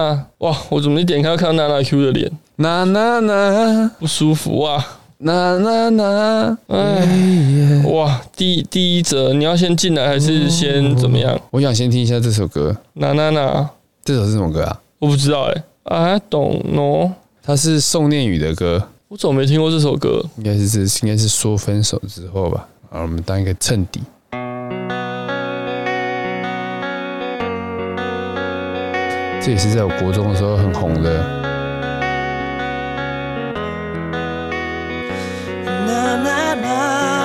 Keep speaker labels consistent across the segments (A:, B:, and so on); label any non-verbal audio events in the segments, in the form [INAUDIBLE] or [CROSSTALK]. A: 啊，哇！我怎么一点开看到娜娜 Q 的脸，
B: 呐呐呐
A: 不舒服啊！
B: 呐呐呐，
A: 哎，哇！第第一则你要先进来还是先怎么样？
B: 我想先听一下这首歌，
A: 娜娜娜，
B: 这首是什么歌啊？
A: 我不知道哎、I don't know，
B: 它是宋念宇的歌，
A: 我怎么没听过这首歌？
B: 应该是这应该是说分手之后吧。啊，我们当一个衬底。这也是在我国中的时候很红的，
C: Na na na,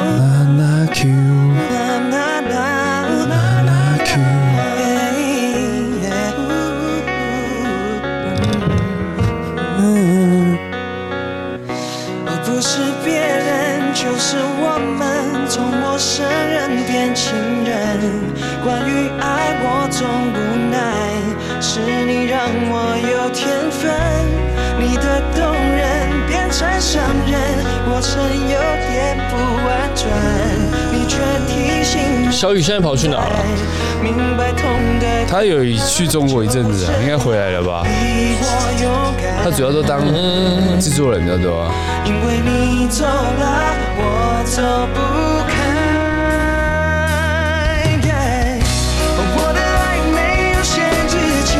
B: 呐呐 Q，
C: na na na,
B: 呐呐 Q，
C: hey, yeah. Ooh, 而不是别人，就是我们从陌生人变情人。关于爱，我总无奈，是你让我有天分，你的动人变成伤人，过程有点不婉转，你却提醒
A: 小雨现在跑去哪啊了？
C: 我，明白痛的
B: 他有去中国一阵子啊，应该回来了吧？
C: 比我勇敢。
B: 他主要都当制作人的对吧？
C: 因为你走了，我走不开。Yeah，我的爱没有限制期，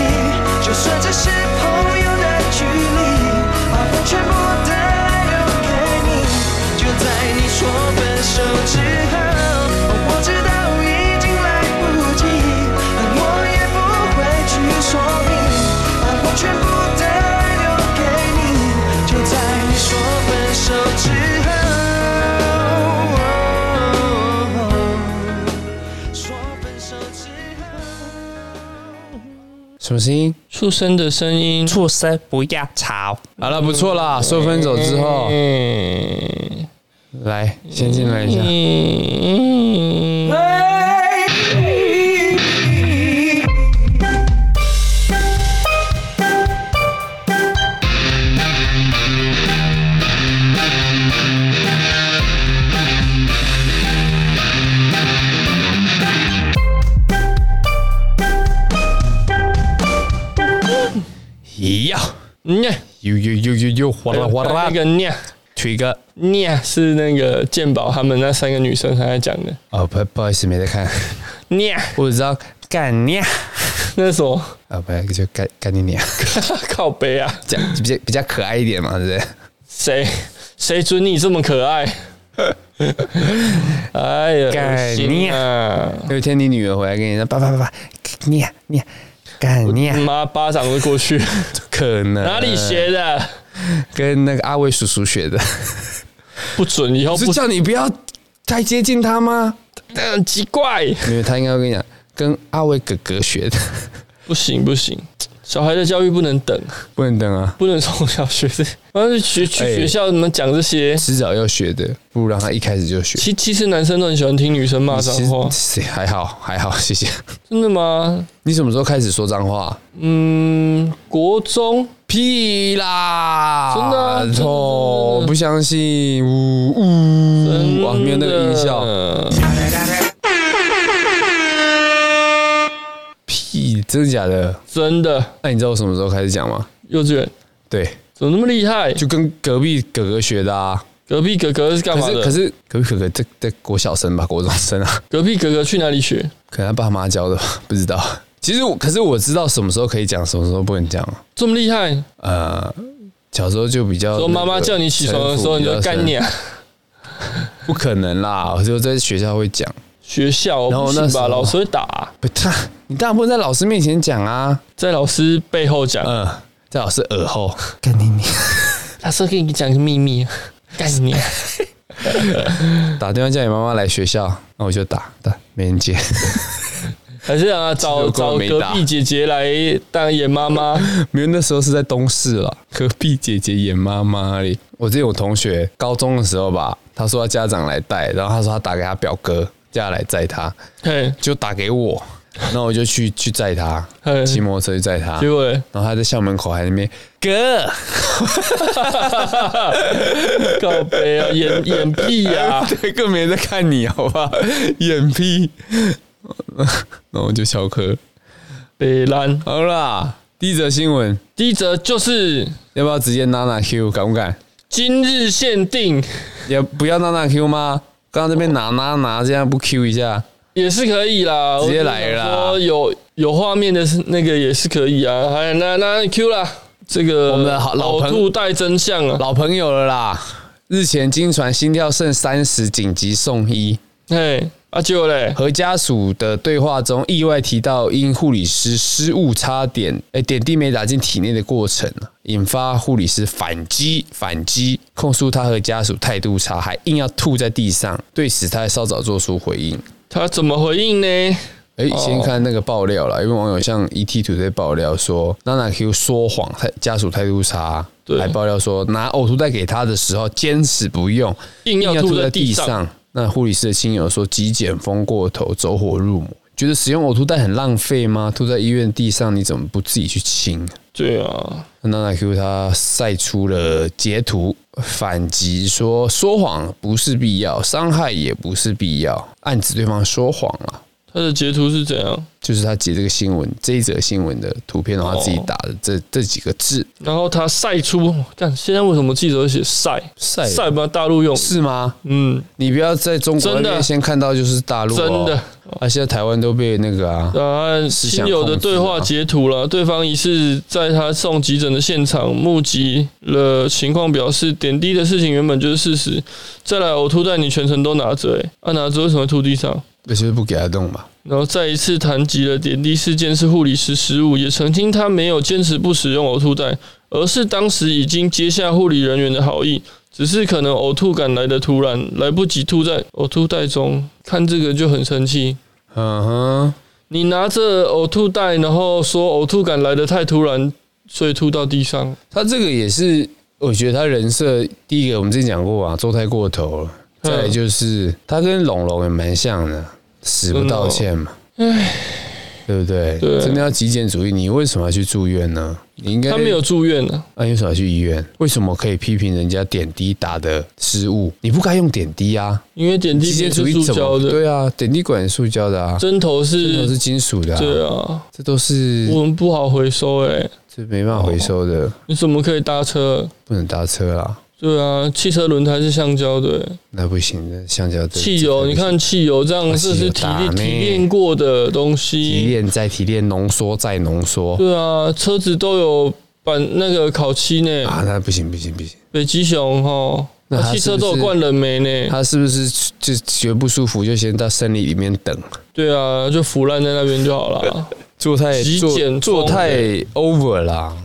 C: 就算只是朋友的距离，把我全部的爱都给你。就在你说分手之后，我知道已经来不及，但我也不会去说明，把我全部的爱都给你。就在你说分手之后。说分手之后。
B: 什么声音？
A: 畜生的声音。
D: 畜生不要吵。
B: 好了，不错啦，说分手之后，
A: 嗯
B: 来先进来一下。
A: 嗯嗯
B: 呀，
A: 嗯，
B: 呦呦呦呦呦，哗啦哗啦
A: 那，个念
B: 推个
A: 念是那个鉴宝他们那三个女生她在讲的
B: 哦，不不好意思，没在看，
A: 念，
B: 我只知道干你啊，
A: 那是什么 [LAUGHS]
B: 啊，不然就干干你你啊，
A: 靠背啊？
B: [LAUGHS] 这样比较比较可爱一点嘛，对不对？
A: 谁谁准你这么可
B: [LAUGHS]
A: 爱？哎呀，
B: 干
A: 你啊！
B: 有一天你女儿回来跟你说，爸爸爸爸，干你啊你啊，干你啊，
A: 妈巴掌都过
B: [LAUGHS]
A: 去，
B: 可能
A: 哪里？学的？
B: 跟那个阿威叔叔学的，
A: 不准，以后
B: [LAUGHS] 是
A: 不
B: 叫你不要太接近他吗？
A: 嗯奇怪，
B: 没有，他应该会跟你讲，跟阿威哥哥学的，
A: 不行不行，小孩的教育不能等，
B: [LAUGHS] 不能等啊。
A: 不能从小学 [LAUGHS] 这，然后去去
B: 哎
A: 学校怎么讲这些？
B: 迟早要学的，不如让他一开始就学。
A: 其其实男生都很喜欢听女生骂脏话，
B: 其实还好，还好，谢 [LAUGHS] 谢。
A: 真的吗？
B: 你什么时候开始说脏话？
A: 嗯，国中
B: 屁啦！
A: 啊真的啊真的真的
B: 哦，不相信，呜呜，哇，没有那个音效，
A: 呃
B: 屁，真的假的？
A: 真的
B: 那你知道我什么时候开始讲吗？
A: 幼稚园
B: 对，
A: 怎么那么厉害？
B: 就跟隔壁哥哥学的啊。
A: 隔壁哥哥是干
B: 可
A: 嘛
B: 是
A: 的？
B: 可是隔壁哥哥在在国小生吧，国中生啊，
A: 隔壁哥哥去哪里学？
B: 可能他爸妈教的吧，不知道。其实我可是我知道什么时候可以讲，什么时候不能讲。啊
A: 这么厉害？
B: 呃，小时候就比较
A: 说妈妈
B: 那个
A: 叫你起床的时候，
B: 城府比
A: 你
B: 较
A: 就干
B: 深 [LAUGHS]
A: 你啊！
B: 不可能啦！我就在学校会讲，
A: 学校
B: 然后
A: 不
B: 那
A: 行
B: 时候
A: 吧，老师会打，
B: 不他，你当然不能在老师面前讲啊。
A: 在老师背后讲。
B: 嗯、在老师耳后，干你你
A: 他说给你讲个秘
B: [LAUGHS]
A: 密，干你啊！
B: 打电话叫你妈妈来学校，那我就打打，没人接， [LAUGHS]
A: 还是让他找
B: 结果
A: 找
B: 没
A: 隔
B: 打
A: 壁姐姐来当演妈
B: [LAUGHS]
A: 妈。
B: 没有。那时候是在东市了，隔壁姐姐演妈妈而已。我之前有同学高中的时候吧，他说他家长来带，然后他说他打给他表哥，叫他来载他，
A: 嘿，
B: 就打给我，那我就去去载他
A: [LAUGHS] 嘿，
B: 骑摩托车去载他。
A: 结果嘞
B: 然后他在校门口还在那边
A: [LAUGHS]
B: 哥，
A: 告白啊，演演屁呀、
B: [LAUGHS]
A: 啊！
B: 对，更没在看你，好吧？眼皮，然后我就翘课。
A: 北兰
B: 好啦，第一则新闻，
A: 第一则就是
B: 要不要直接娜娜 Q？敢不敢？
A: 今日限定，
B: 也不要娜娜 Q 吗？刚刚这边拿拿拿，这样不 Q 一下？
A: 也是可以啦，
B: 直接来啦
A: 我只是想说有有画面的是那个也是可以啊。还有那那 Q 啦，这个
B: 我们的好老朋
A: 呕吐带真相啊，
B: 老朋友了啦。日前经传心跳剩三十，紧急送医。
A: 嘿，啊就嘞，
B: 和家属的对话中，意外提到因护理师失误，差点哎、点滴没打进体内的过程啊，引发护理师反击反击，控诉他和家属态度差，还硬要吐在地上。对此，他还稍早做出回应。
A: 他怎么回应呢？
B: 哎、
A: 哦
B: 先看那个爆料啦，因为网友向 ET 土队爆料说，娜娜 Q 说谎，态家属态度差，
A: 对
B: 还爆料说拿呕吐袋给他的时候坚持不用，
A: 硬要吐在地上。
B: 那护理师的亲友说，极简疯过头，走火入魔，觉得使用呕吐袋很浪费吗？吐在医院地上，你怎么不自己去清？
A: 对啊，
B: 娜娜 Q 她晒出了截图反击说，说谎不是必要，伤害也不是必要，暗指对方说谎啊。
A: 他的截图是怎样？
B: 就是他截这个新闻这一则新闻的图片，然后他自己打
A: 哦
B: 的这、这几个字
A: 然后他晒出，看现在为什么记者都写晒
B: 晒
A: 晒吧，大陆用，
B: 是吗？
A: 嗯，
B: 你不要在中国那
A: 真
B: 边
A: 的
B: 先看到就是大陆、哦，
A: 真的。
B: 啊，现在台湾都被那个啊，
A: 啊，
B: 思想
A: 亲友的对话截图了。对方疑似在他送急诊的现场目击了情况，表示点滴的事情原本就是事实。再来，呕吐袋你全程都拿着、欸，啊拿着为什么会吐地上？
B: 那就是不给他动嘛。
A: 然后再一次谈及了点滴事件是护理师失误，也澄清他没有坚持不使用呕吐袋，而是当时已经接下护理人员的好意，只是可能呕吐感来得突然，来不及吐在呕吐袋中。看这个就很生气，
B: 嗯哼，
A: 你拿着呕吐袋，然后说呕吐感来得太突然，所以吐到地上。
B: 他这个也是，我觉得他人设第一个我们之前讲过啊，做太过头了。
A: 嗯
B: 再来就是他跟龙龙也蛮像的，死不道歉嘛，对不对？
A: 哦对
B: 真的要极简主义，你为什么要去住院呢？你应该
A: 他没有住院呢、
B: 那、啊、你为什么要去医院？为什么可以批评人家点滴打的失误？你不该用点滴啊！
A: 因为点滴
B: 极
A: 管
B: 简
A: 是
B: 主
A: 塑
B: 义怎
A: 胶
B: 么？
A: 的，
B: 对啊，点滴管是塑胶的啊，
A: 针头
B: 这都
A: 是
B: 是，金属的、啊，
A: 对啊，
B: 这都是
A: 我们不好回收哎、
B: 这没办法回收的，
A: 你怎么可以搭车？
B: 不能搭车啦。
A: 对啊，汽车轮胎是橡胶的欸、
B: 那不行，那橡胶的
A: 汽油，你看汽油这样，
B: 啊
A: 这
B: 汽油
A: 是提
B: 打
A: 炼
B: 呢
A: 提炼过的东
B: 提
A: 西。
B: 炼再提炼，浓缩再浓缩
A: 对啊，车子都有板那个烤漆呢，
B: 啊！那不行不行不行，
A: 北极熊哈，
B: 那它
A: 汽车
B: 是不
A: 都有
B: 是
A: 灌冷媒呢。
B: 他是不是就觉得不舒服就先到生理里面等？
A: 对啊，就腐烂在那边就好
B: [LAUGHS]
A: 了。
B: 做太
A: 极
B: 做
A: 简
B: 做
A: 风
B: 太 over 啦，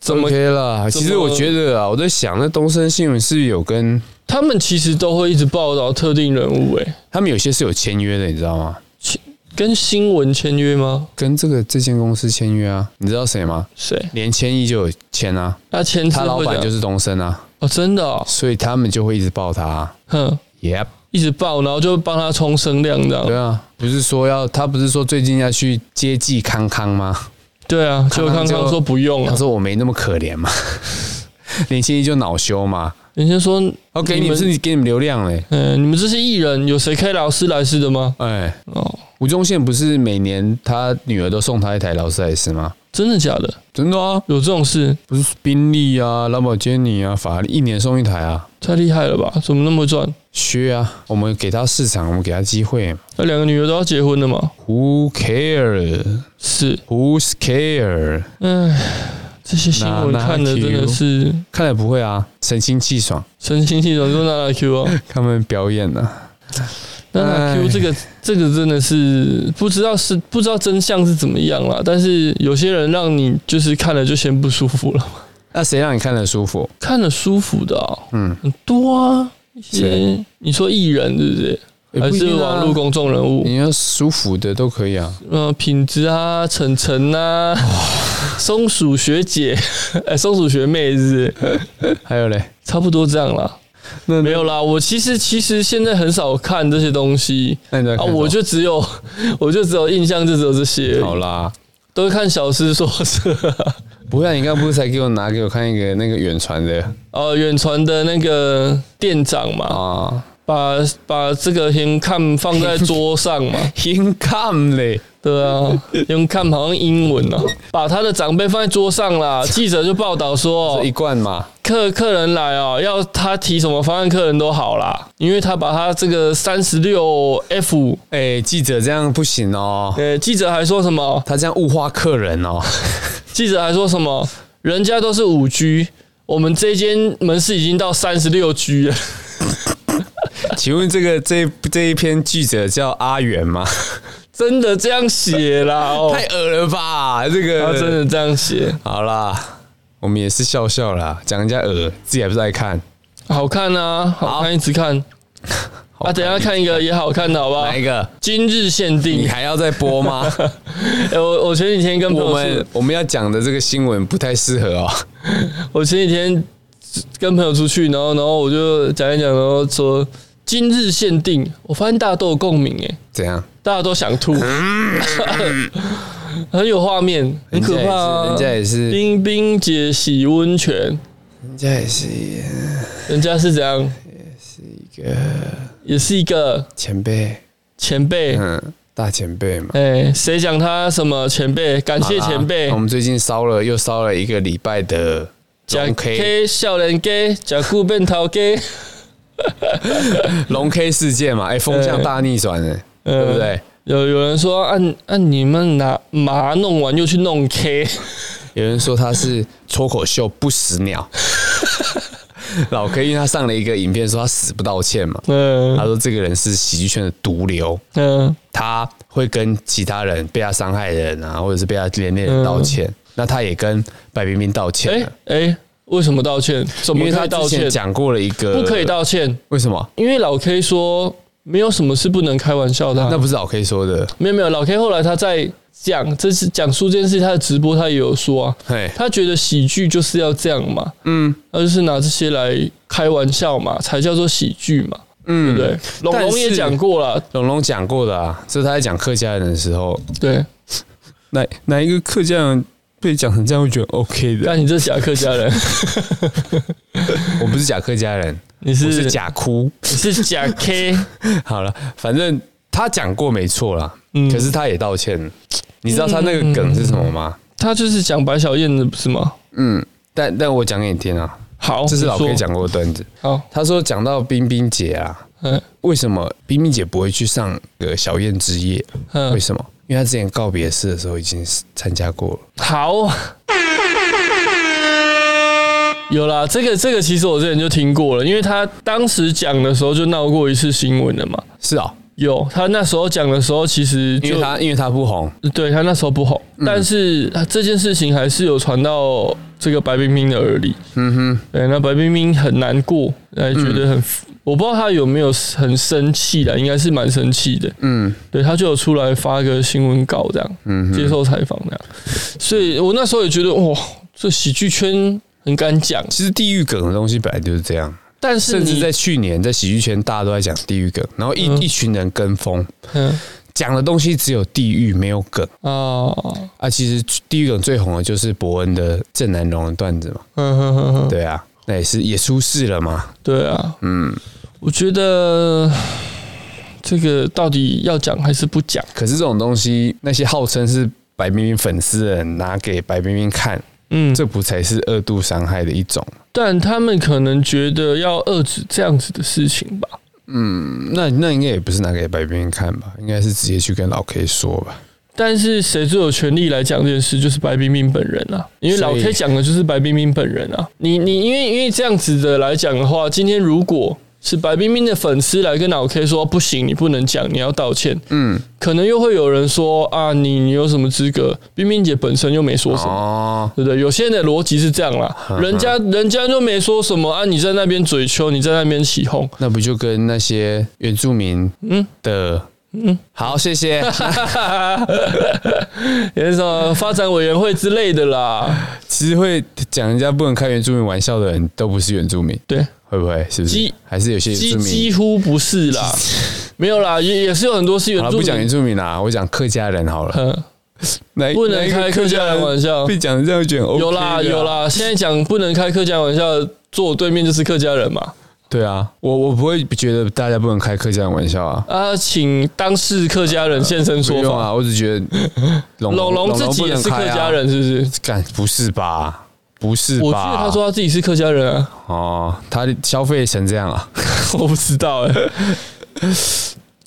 A: 怎么
B: OK 啦？
A: 怎
B: 其
A: 么
B: 实我觉得啊，我在想，那东森新闻是不是有跟
A: 他们其实都会一直报道特定人物、欸，
B: 他们有些是有签约的，你知道吗？
A: 签跟新闻签约吗？
B: 跟这个这间公司签约啊，你知道谁吗？
A: 谁？
B: 连千亿就有签啊，
A: 他签字
B: 他老
A: 会
B: 板
A: 讲
B: 就是东森啊，
A: 哦，真的、哦，
B: 所以他们就会一直报他、啊。
A: 哼，
B: Yep，
A: 一直报，然后就帮他冲声量这
B: 对
A: 样。
B: 啊，不是说要他不是说最近要去接济康康吗？
A: 对啊，结
B: 康
A: 果
B: 康
A: 康
B: 就
A: 康说不用
B: 他
A: 啊，
B: 说我没那么可怜嘛， [LAUGHS] 林千一就恼羞嘛，
A: 人家说
B: 我哦给你们是你给你们流量嘞，
A: 嗯、你们这些艺人有谁开劳斯莱斯的吗？
B: 哎，
A: 哦，
B: 吴宗宪不是每年他女儿都送他一台劳斯莱斯吗？
A: 真的假的？
B: 真的啊，
A: 有这种事？
B: 不是宾利啊、兰博基尼啊、法拉利一年送一台啊，
A: 太厉害了吧？怎么那么赚？
B: 削啊，我们给他市场，我们给他机会
A: 那啊两个女儿都要结婚了嘛？
B: ，Who care？
A: 是，
B: Who's care？
A: 唉，这些新闻
B: 哪哪
A: 看的真的
B: Q
A: 是
B: 看来不会啊，神清气爽。
A: 神清气爽，就娜娜 Q 啊，
B: 他们表演呢、啊，
A: 娜
B: 唉
A: 娜 Q 这个这个真的是不知道是不知道真相是怎么样啦，但是有些人让你就是看了就先不舒服了， [LAUGHS]
B: 那谁让你看得舒服？
A: 看了舒服的、哦、
B: 嗯，
A: 很多啊，一
B: 谁
A: 些你说艺人对不对？
B: 也
A: 还
B: 不一
A: 是
B: 定啊
A: 网络公众人物？
B: 你要舒服的都可以啊。
A: 呃，品质啊，晨晨啊，松鼠学姐， [LAUGHS] 哎、松鼠学妹是不是
B: 还有嘞，
A: 差不多这样啦。
B: 那
A: 没有啦，我其实其实现在很少看这些东西
B: 那你再
A: 啊，
B: 看什么
A: 我就只有 [LAUGHS] 我就只有印象就只有这些而已，
B: 好啦。
A: 都是看小诗说社啊
B: 不会、啊，你刚刚不是才给我拿给我看一个那个远传的
A: [LAUGHS] 哦，远传的那个店长嘛，
B: 啊？
A: 把把这个先看放在桌上嘛
B: [LAUGHS] ，硬看嘞，
A: 对对啊，用看好像英文哦、把他的长辈放在桌上啦。记者就报道说
B: 这一，贯嘛，
A: 客客人来哦、要他提什么方案，客人都好啦，因为他把他这个三十六 F，
B: 哎，记者这样不行哦，
A: 呃，记者还说什么？
B: 他这样物化客
A: [LAUGHS]
B: 人哦，
A: 记者还说什么？人家都是五 G，我们这间门市已经到三十六 G 了。 [LAUGHS]
B: 请问这个这这一篇记者叫阿元吗？
A: 真的这样写啦哦，
B: 太恶了吧，这
A: 他真
B: 个
A: 的这样写，
B: 好啦，我们也是笑笑啦，讲人家恶，自己还不是爱看，
A: 好看啊，好看一直看。啊，等一下看一个也好看的好不好
B: 哪？一个？
A: 今日限
B: 你
A: 定，
B: 还要再
A: [LAUGHS]
B: 播吗？
A: 哎我我前几天跟朋
B: 我
A: 友
B: 们
A: 们，
B: 我们要讲的这个新闻不太适合哦。
A: 我前几天跟朋友出去，然后然后我就讲一讲，然后说今日限定，我发现大家都有共鸣哎，
B: 怎样？
A: 大家都想吐， [LAUGHS] 很有画面，很可怕、啊。
B: 嗯人家也是
A: 冰冰姐洗温泉，
B: 人家也是
A: 人家是怎样？
B: 一个
A: 也是一个
B: 前辈，
A: 前辈。
B: 嗯，大前辈嘛。
A: 哎，谁讲他什么前辈？感谢前辈
B: 啊我，们最近烧了又烧了一个礼拜的
A: 讲
B: 龙 K
A: 笑人 K，讲顾变桃 K，
B: [LAUGHS]
A: [LAUGHS]
B: 龙 K 事件嘛，哎，风
A: 呃
B: 向大逆转哎，对不对？
A: 有有人说，按、按你们拿麻弄完又去弄 K， [LAUGHS]
B: 有人说他是脱口秀不死
A: [LAUGHS]
B: 鸟，老 K 因为他上了一个影片说他死不道歉嘛，他
A: 嗯
B: 说这个人是喜剧圈的毒瘤，
A: 嗯
B: 他会跟其他人被他伤害的人啊，或者是被他连累的人道
A: 嗯
B: 歉。那他也跟白冰冰道歉
A: 哎
B: 了，
A: 哎，为什么道歉？怎
B: 因
A: 么
B: 为
A: 可
B: 他
A: 以道
B: 之前
A: 歉？
B: 讲过了一个
A: 不可以，道啊歉，
B: 为什么？
A: 因为老 K 说没有什么是不能开玩笑的啊、
B: 那不是老 K 说的，
A: 没有没有，老 K 后来他在讲这是讲述这件事，他的直播他也有说啊，
B: 嘿，
A: 他觉得喜剧就是要这样嘛，嗯，他就是拿这些来开玩笑嘛，才叫做喜剧嘛，嗯，对不对？龙
B: 但
A: 龙
B: 是
A: 也讲过了，
B: 龙龙讲过的啊，这是他在讲客家人的时候，
A: 对，
B: 哪哪一个客家人被讲成这样，会觉得 OK 的？
A: 但你这假客家人，
B: 我不是假客家 [LAUGHS] 人，
A: 你
B: [LAUGHS] 我
A: 是
B: 是假哭。
A: [LAUGHS] 你是假 K，
B: [LAUGHS] 好了，反正他讲过没错啦，
A: 嗯
B: 可是他也道歉了。你知道他那个梗是什么吗？
A: 他就是讲白小燕的不是吗？
B: 嗯，但但我讲给你听啊，
A: 好，
B: 这是老
A: 你说
B: K 讲过的段子。
A: 好，
B: 他说讲到冰冰姐啊，
A: 嗯
B: 为什么冰冰姐不会去上个小燕之夜？为
A: 嗯，
B: 什么？因为她之前告别式的时候已经参加过了。
A: 好。有啦，这个这个其实我之前就听过了，因为他当时讲的时候就闹过一次新闻了嘛。
B: 是啊、
A: 有，他那时候讲的时候，其实
B: 因
A: 就
B: 为她因为她不红，
A: 对他那时候不红，但是啊这件事情还是有传到这个白冰冰的耳里。嗯哼，对，那白冰冰很难过，哎，觉得很，我不知道他有没有很生气的，应该是蛮生气的。
B: 嗯，
A: 对，他就有出来发个新闻稿这样，接受采访这样。所以我那时候也觉得，哇，这喜剧圈很敢讲，
B: 其实地狱梗的东西本来就是这样。
A: 但是
B: 甚至
A: 你
B: 在去年，在喜剧圈大家都在讲地狱梗，然后一、
A: 嗯
B: 一群人跟风，
A: 嗯
B: 讲的东西只有地狱没有梗
A: 啊，
B: 啊。其实地狱梗最红的就是伯恩的郑南榕的段子嘛，
A: 嗯哼哼哼，
B: 对啊，那也是也出事了嘛。
A: 对啊，嗯，我觉得这个到底要讲还是不讲？
B: 可是这种东西，那些号称是白冰冰粉丝的人拿给白冰冰看，
A: 嗯，
B: 这不才是二度伤害的一种？
A: 但他们可能觉得要遏制这样子的事情吧。
B: 嗯那那应该也不是拿给白冰冰看吧？应该是直接去跟老 K 说吧。
A: 但是谁最有权利来讲这件事，就是白冰冰本人啊，因为老
B: 所以
A: K 讲的就是白冰冰本人啊。你你因为因为这样子的来讲的话，今天如果是白冰冰的粉丝来跟老 K 说不行，你不能讲，你要道歉，
B: 嗯，
A: 可能又会有人说啊，你你有什么资格？冰冰姐本身又没说什么。
B: 哦，
A: 对不对？有些人的逻辑是这样啦，人家人家就没说什么啊，你在那边嘴丘，你在那边起哄，
B: 那不就跟那些原住民嗯的嗯好，
A: [LAUGHS]
B: 谢谢。
A: 有什么发展委员会之类的啦，
B: 其实会讲人家不能开原住民玩笑的人，都不是原住民，
A: 对，
B: 会不会？是不是
A: 几？
B: 还是有些原
A: 几
B: 住
A: 几
B: 民？
A: 乎不是啦，没有啦，也也是有很多是
B: 好
A: 原
B: 了，
A: 住
B: 不讲原
A: 民，
B: 住民啦，我讲客家人好了。
A: 嗯，
B: 哪
A: [LAUGHS]
B: 一
A: 不能
B: 哪一个
A: 开客家人玩笑
B: 被讲成这样，卷 OK
A: 有啦
B: 的啊
A: 有。啦，现在讲不能开客家玩笑，坐我对面就是客家人嘛，
B: 对啊，我我不会觉得大家不能开客家人玩笑啊，
A: 啊，请当事客家人现身
B: 呃不
A: 说
B: 用
A: 法。
B: 啊，我只
A: [LAUGHS]
B: 觉得龙
A: 龙龙自己也是客家，人，是不是？
B: 不能开啊干不啊是吧？不是吧？
A: 我记得他说他自己是客家人
B: [LAUGHS]
A: 啊，
B: 哦，他消费成这样啊，
A: 我不知道哎、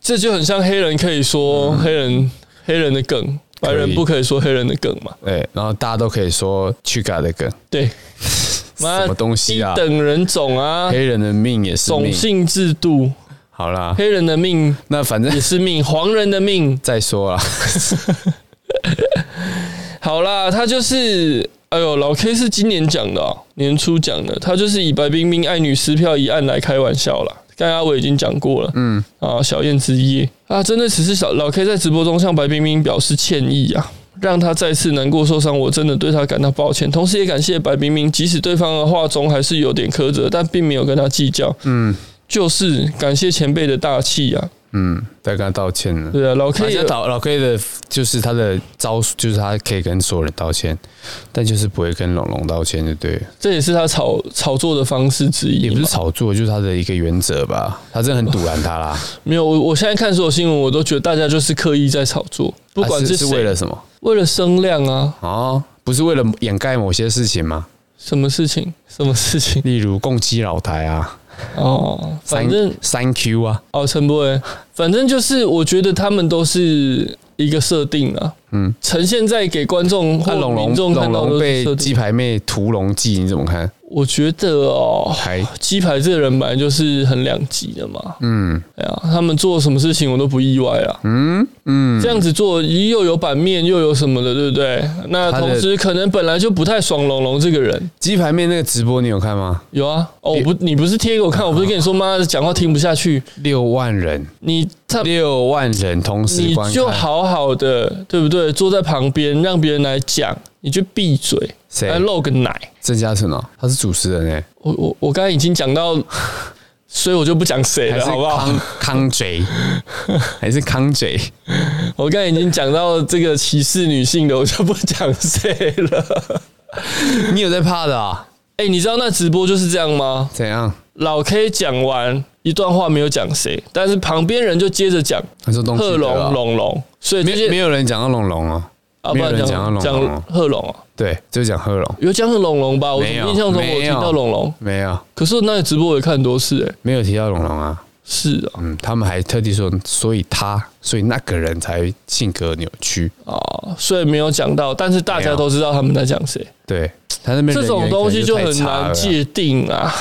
A: 这就很像黑人可以说黑人、黑人的梗，白
B: 嗯可
A: 人
B: 以
A: 不可以说黑人的梗嘛？
B: 对，然后大家都可以说去嘎的梗，
A: 对，
B: [LAUGHS] 什么东西啊
A: 呃低等人种啊，
B: 黑人的命也是
A: 种
B: 命。
A: 姓制度，
B: 好啦，
A: 黑人的命
B: 那反正
A: [LAUGHS] 也是命，黄人的命
B: 再说啦， [LAUGHS]
A: 好啦，他就是，哎呦，老 K 是今年讲的、哦，年初讲的，他就是以白冰冰爱女撕票一案来开玩笑啦。刚刚我已经讲过了，嗯，啊，小燕之夜啊，针对此事，小老 K 在直播中向白冰冰表示歉意啊，让她再次难过受伤，我真的对她感到抱歉，同时也感谢白冰冰，即使对方的话中还是有点苛责，但并没有跟她计较，嗯，就是感谢前辈的大气啊，
B: 嗯，再跟他道歉了。
A: 对啊，老
B: 而
A: K
B: 且
A: 也
B: 老老 K 的，就是他的招数，就是他可以跟所有人道歉，但就是不会跟龙龙道歉，就对了。
A: 这也是他炒炒作的方式之一
B: 也
A: 嘛，
B: 不是炒作，就是他的一个原则吧。他真的很堵拦他啦，
A: 没有，我我现在看所有新闻，我都觉得大家就是刻意在炒作， [LAUGHS] 不管
B: 啊是
A: 谁，
B: 为了什么
A: 为了声量啊，
B: 哦，不是为了掩盖某些事情吗？
A: 什么事情， [LAUGHS] 什么事情
B: 例如共击老台啊，
A: 哦，
B: 三
A: 反正
B: 三 Q 啊，
A: 哦，陈柏伟，反正就是我觉得他们都是一个设定啊，嗯，呈现在给观众或
B: 那龙
A: 民
B: 龙
A: 众看
B: 龙
A: 到
B: 龙
A: 都
B: 被
A: 是设
B: 鸡
A: 定。
B: 排妹屠龙记，你怎么看？哎
A: 我觉得哦，
B: 还
A: 鸡排这个人本来就是很两极的嘛，
B: 嗯
A: 哎呀，他们做什么事情我都不意外啊。
B: 嗯嗯，
A: 这样子做又有版面又有什么的，对不对？那
B: 他的
A: 同时可能本来就不太爽龙龙这个人，
B: 鸡排妹那个直播你有看吗？
A: 有啊，哦，我不，你不是贴给我看，我不是跟你说，妈的，讲话听不下去，
B: 六万人，
A: 你他
B: 六万人同时
A: 你
B: 观
A: 就
B: 看，
A: 好好的，对不对？坐在旁边让别人来讲，你就闭嘴，
B: 谁
A: 来露个奶。
B: 郑嘉诚哦，他是主持人哎、
A: 我我我刚才已经讲
B: [LAUGHS]
A: 到，所以我就不讲谁
B: 还
A: 了，
B: 是
A: 啊好不好？
B: 康康贼，还是康 [LAUGHS] 贼？
A: 我刚才已经讲到这个歧视女性的，我就不讲谁了。
B: 你有在怕的啊？
A: [LAUGHS] 哎、你知道那直播就是这样吗？
B: 怎样？
A: 老 K 讲完一段话没有讲谁，但是旁边人就接着讲
B: 他说东西
A: 贺
B: 德啊
A: 龙龙龙，所以这
B: 没
A: 些
B: 没有人讲到龙龙哦，
A: 啊，不
B: 没有
A: 然
B: 人
A: 讲
B: 讲到龙龙
A: 讲
B: 哦，
A: 贺龙啊，
B: 对，就讲贺龙，
A: 有讲贺龙龙吧？我
B: 没有
A: 印象中我听到龙龙，
B: 没有
A: 可是那个直播我也看很多次、欸，
B: 没有提到龙龙啊，
A: 是啊，
B: 嗯，他们还特地说，所以他，所以那个人才性格扭曲，
A: 啊，所以没有讲到，但是大
B: 没
A: 家
B: 有
A: 都知道他们在讲谁，
B: 对他那边
A: 这种
B: 人缘
A: 东西
B: 可
A: 就
B: 能
A: 很
B: 太差了
A: 难
B: 啊。
A: 界定啊。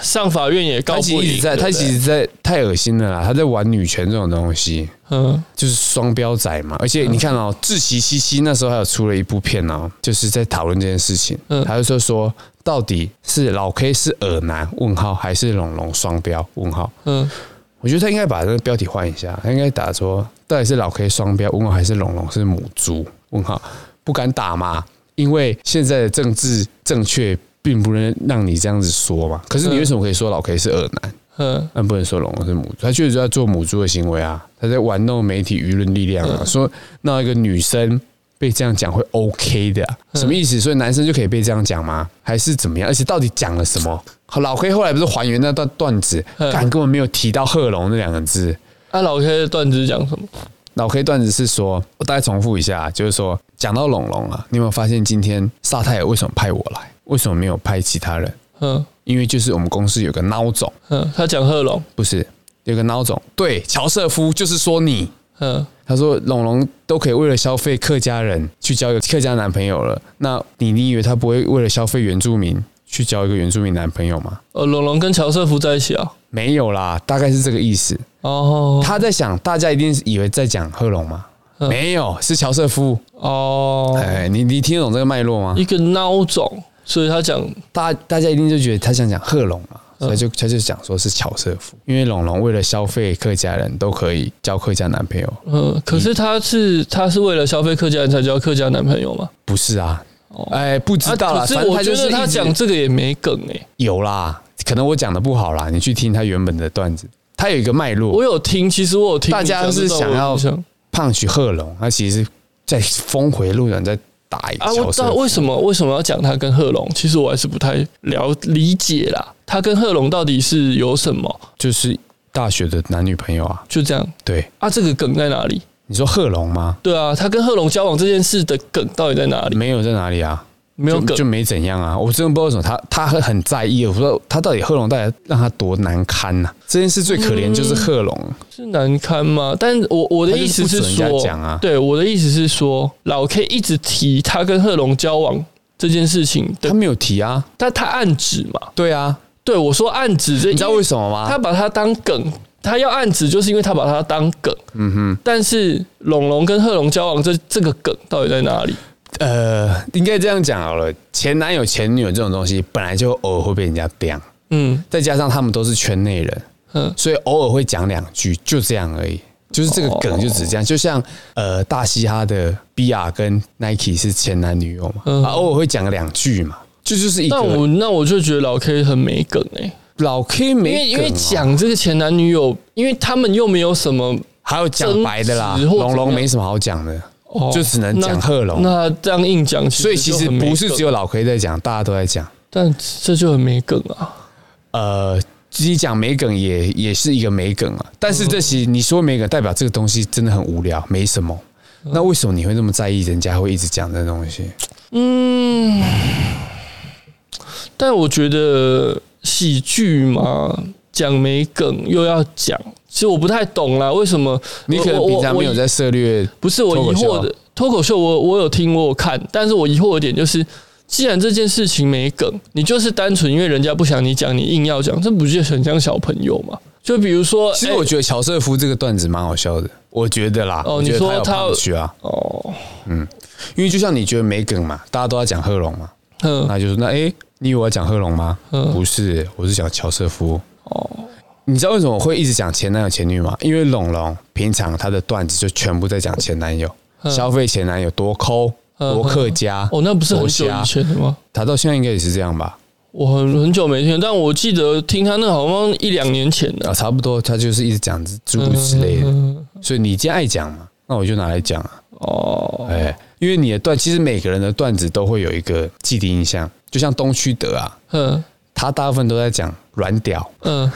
A: 上法院也告
B: 他
A: 不
B: 其
A: 赢，
B: 实一直在，
A: 对
B: 他
A: 不
B: 其
A: 对
B: 实在太恶心了啦！他在玩女权这种东西，
A: 嗯，
B: 就是双标仔嘛。而且你看哦，志崎七七那时候还有出了一部片哦，就是在讨论这件事情。
A: 嗯
B: 他就说说，到底是老 K 是耳男问号，还是龙龙双标问号？
A: 嗯，
B: 我觉得他应该把这个标题换一下，他应该打说到底是老 K 双标问号还是龙龙是母猪问号？不敢打嘛，因为现在的政治正确并不能让你这样子说嘛。可是你
A: 嗯
B: 为什么可以说老 K 是恶男，
A: 嗯，
B: 但不能说龙龙是母猪？他确实在做母猪的行为啊，他在玩弄媒体舆论力量啊，说那一个女生。被这样讲会 OK 的啊、什么意思？所以男生就可以被这样讲吗？还是怎么样？而且到底讲了什么？好老 K 后来不是还原那段段子，
A: 嗯
B: 但根本没有提到贺龙那两个字。
A: 啊，老 K 的段子讲什么？
B: 老 K 段子是说，我大概重复一下，啊就是说讲到龙龙啊，你有没有发现今天萨泰尔为什么派我来，为什么没有派其他人？
A: 嗯
B: 因为就是我们公司有个孬种，
A: 嗯，他讲贺龙，
B: 不是有个孬种，对，乔瑟夫就是说你。
A: 嗯
B: 他说：“龙龙都可以为了消费客家人去交一个客家男朋友了，那你你以为他不会为了消费原住民去交一个原住民男朋友吗？
A: 哦，龙龙跟乔瑟夫在一起啊。
B: 没有啦，大概是这个意思。
A: 哦，
B: 他在想，大家一定是以为在讲贺龙吗？
A: 嗯
B: 没有，是乔瑟夫。
A: 哦，
B: 哎，你你听得懂这个脉络吗？
A: 一个孬种，所以他讲
B: 大大家一定就觉得他想讲贺龙嘛，
A: 嗯
B: 所以就他就讲说是乔瑟夫，因为龙龙为了消费客家人都可以交客家男朋友，
A: 嗯，可是他是他是为了消费客家人才交客家男朋友吗？
B: 不是啊？哎，不知道啦，
A: 哦啊可
B: 反
A: 是
B: 正
A: 我
B: 他
A: 觉得
B: 就是
A: 他
B: 一直
A: 讲这个也没梗欸诶、
B: 有啦，可能我讲的不好啦，你去听他原本的段子，他有一个脉
A: 我
B: 络，
A: 有听，其实我有听
B: 大
A: 你讲
B: 家
A: 这
B: 是
A: 段
B: 想
A: 我有
B: 要
A: 印象
B: 胖取贺龙，他其实是在峰回路转，在打一个
A: 啊，我
B: 乔
A: 知
B: 瑟
A: 道
B: 夫。
A: 为什么为什么要讲他跟贺龙，其实我还是不太了理解啦。他跟贺龙到底是有什么？
B: 就是大学的男女朋友啊。
A: 就这样
B: 对，
A: 啊，这个梗在哪里？
B: 你说贺龙吗？
A: 对啊，他跟贺龙交往这件事的梗到底在哪里？
B: 没有在哪里啊？
A: 没有
B: 就
A: 梗
B: 就，没怎样啊。我真的不知道为什么他他很很在意，我不知道他到底贺龙到底让他多难堪呐、这件事最可怜就是贺龙，
A: 是难堪吗？但我我的意思
B: 他就是不准人
A: 说，
B: 家讲啊
A: 对我的意思是说，老 K 一直提他跟贺龙交往这件事情
B: 他
A: 的，
B: 没有提啊。
A: 但他暗指嘛，
B: 对啊，
A: 对我说暗指这，
B: 你知道为什么吗？
A: 他把它当梗，他要暗指就是因为他把它当梗。嗯哼，但是龙龙跟贺龙交往这这个梗到底在哪里？
B: 呃，应该这样讲好了，前男友前女友这种东西本来就偶尔会被人家 b
A: 嗯
B: 再加上他们都是圈内人，
A: 嗯，
B: 所以偶尔会讲两句，就这样而已。就是这个梗就只是这样，就像呃大嘻哈的 B R 跟 Nike 是前男女友嘛，
A: 嗯
B: 啊偶尔会讲两句嘛，这就是一
A: 那
B: 个
A: 我那我就觉得老 K 很没梗哎、
B: 老 K
A: 因
B: 没
A: 为因为
B: 梗哦
A: 讲这个前男女友，因为他们又没有什么
B: 还有讲白的啦，
A: 争执或
B: 龙龙
A: 怎么样
B: 没什么好讲的，
A: 哦
B: 就只能讲贺龙
A: 那那这样硬讲，
B: 所以其实
A: 就很没
B: 不是
A: 梗
B: 只有老 K 在讲，大家都在讲。
A: 但这就很没梗啊。
B: 呃，自己讲没梗也也是一个没梗啊。但是这些你说没梗，代表这个东西真的很无聊，没什么。那为什么你会那么在意人家会一直讲这东西？
A: 嗯，但我觉得喜剧嘛，讲没梗又要讲，其实我不太懂啦，为什么
B: 你可能
A: 我我
B: 平常没有
A: 我
B: 在涉略，
A: 不是我
B: 脱口
A: 疑
B: 秀
A: 惑
B: 啊
A: 的脱口秀我，我有听我有看，但是我疑惑的点就是，既然这件事情没梗，你就是单纯因为人家不想你讲，你硬要讲，这不就很像小朋友吗？就比如说，
B: 其实
A: 哎
B: 我觉得乔瑟夫这个段子蛮好笑的，我觉得啦，
A: 哦
B: 我觉
A: 你
B: 得
A: 说
B: 有
A: 他
B: 胖去啊，
A: 哦，
B: 因为就像你觉得没梗嘛，大家都要讲贺龙嘛，
A: 嗯，
B: 那就是那诶，你以为我要讲贺龙吗？
A: 嗯
B: 不是，我是讲乔瑟夫。
A: 哦，
B: 你知道为什么我会一直讲前男友前女友吗？因为龙龙平常他的段子就全部在讲前男友，
A: 嗯
B: 消费前男友多抠、
A: 嗯
B: 多客家、
A: 哦，那不是很
B: 多
A: 久
B: 瞎
A: 以，前的吗？
B: 他到现在应该也是这样吧？
A: 我很很久没听，但我记得听他那好像一两年前的、
B: 啊，差不多，他就是一直讲诸如此类
A: 嗯
B: 的。所以你既然爱讲嘛，那我就拿来讲啊。
A: 哦，
B: 哎，因为你的段，其实每个人的段子都会有一个既定印象，就像东区德啊，
A: 嗯
B: 他大部分都在讲软屌，
A: 嗯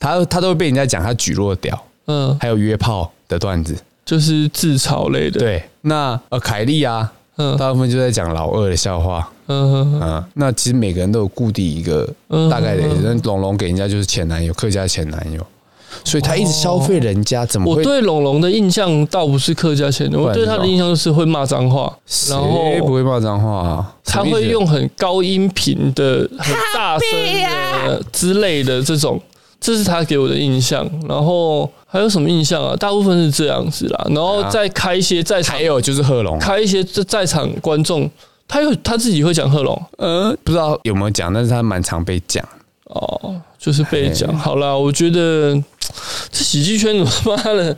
B: 他他都会被人家讲他举弱屌，
A: 嗯，
B: 还有约炮的段子。
A: 就是自嘲类的，，
B: 对，那呃凯莉啊，
A: 嗯
B: 大部分就在讲老二的笑话
A: 嗯嗯
B: 啊、那其实每个人都有固定一个
A: 嗯
B: 大概的，那龙龙给人家就是前男友，客家前男友，所以他一直消费人家，怎么
A: 哦我
B: 会？
A: 对龙龙的印象倒不是客家腔，我对他的印象就是会骂脏话，然
B: 谁不
A: 后
B: 会骂脏话、啊？
A: 他
B: 什么意
A: 会
B: 思
A: 用很高音频的、很大声的之类的这种，这是他给我的印象。然后还有什么印象啊？大部分是这样子啦，然
B: 啊
A: 后再开一些在场
B: 还有就是贺龙，啊
A: 开一些在在场观众，他有他自己会讲贺龙嗯
B: 呃，不知道有没有讲，但是他蛮常被讲。
A: 哦，就是被讲好啦。我觉得这喜剧圈他妈的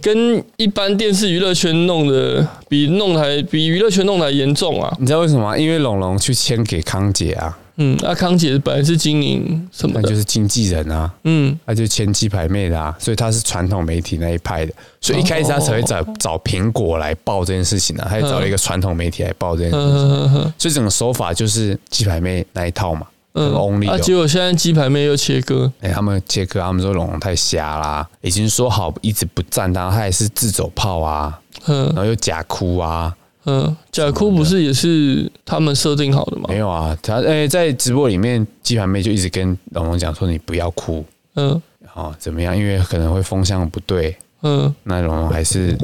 A: 跟一般电视娱乐圈弄的比弄得还比娱乐圈弄的还严重啊。
B: 你知道为什么吗？因为龙龙去签给康姐啊，
A: 嗯，阿、康姐本来是经营什么
B: 那
A: 的，
B: 就是经纪人啊，
A: 嗯
B: 他就签鸡排妹的啊，所以他是传统媒体那一派的，所以一开始他才会找
A: 哦
B: 找苹果来报这件事情啊，他也找了一个传统媒体来报这件事情，
A: 嗯嗯
B: 所以整个手法就是鸡排妹那一套嘛，那个 only
A: 啊，
B: 哦
A: 结果现在鸡排妹又切割，
B: 哎、他们切割，他们说龙龙太瞎啦，已经说好一直不赞他，他还是自走炮啊，
A: 嗯
B: 然后又假哭啊，
A: 嗯，假哭不是也是他们设定好的吗
B: 没？有啊，他哎、在直播里面，鸡排妹就一直跟龙龙讲说你不要哭
A: 嗯
B: 哦，怎么样，因为可能会风向不对，
A: 嗯
B: 那龙龙还是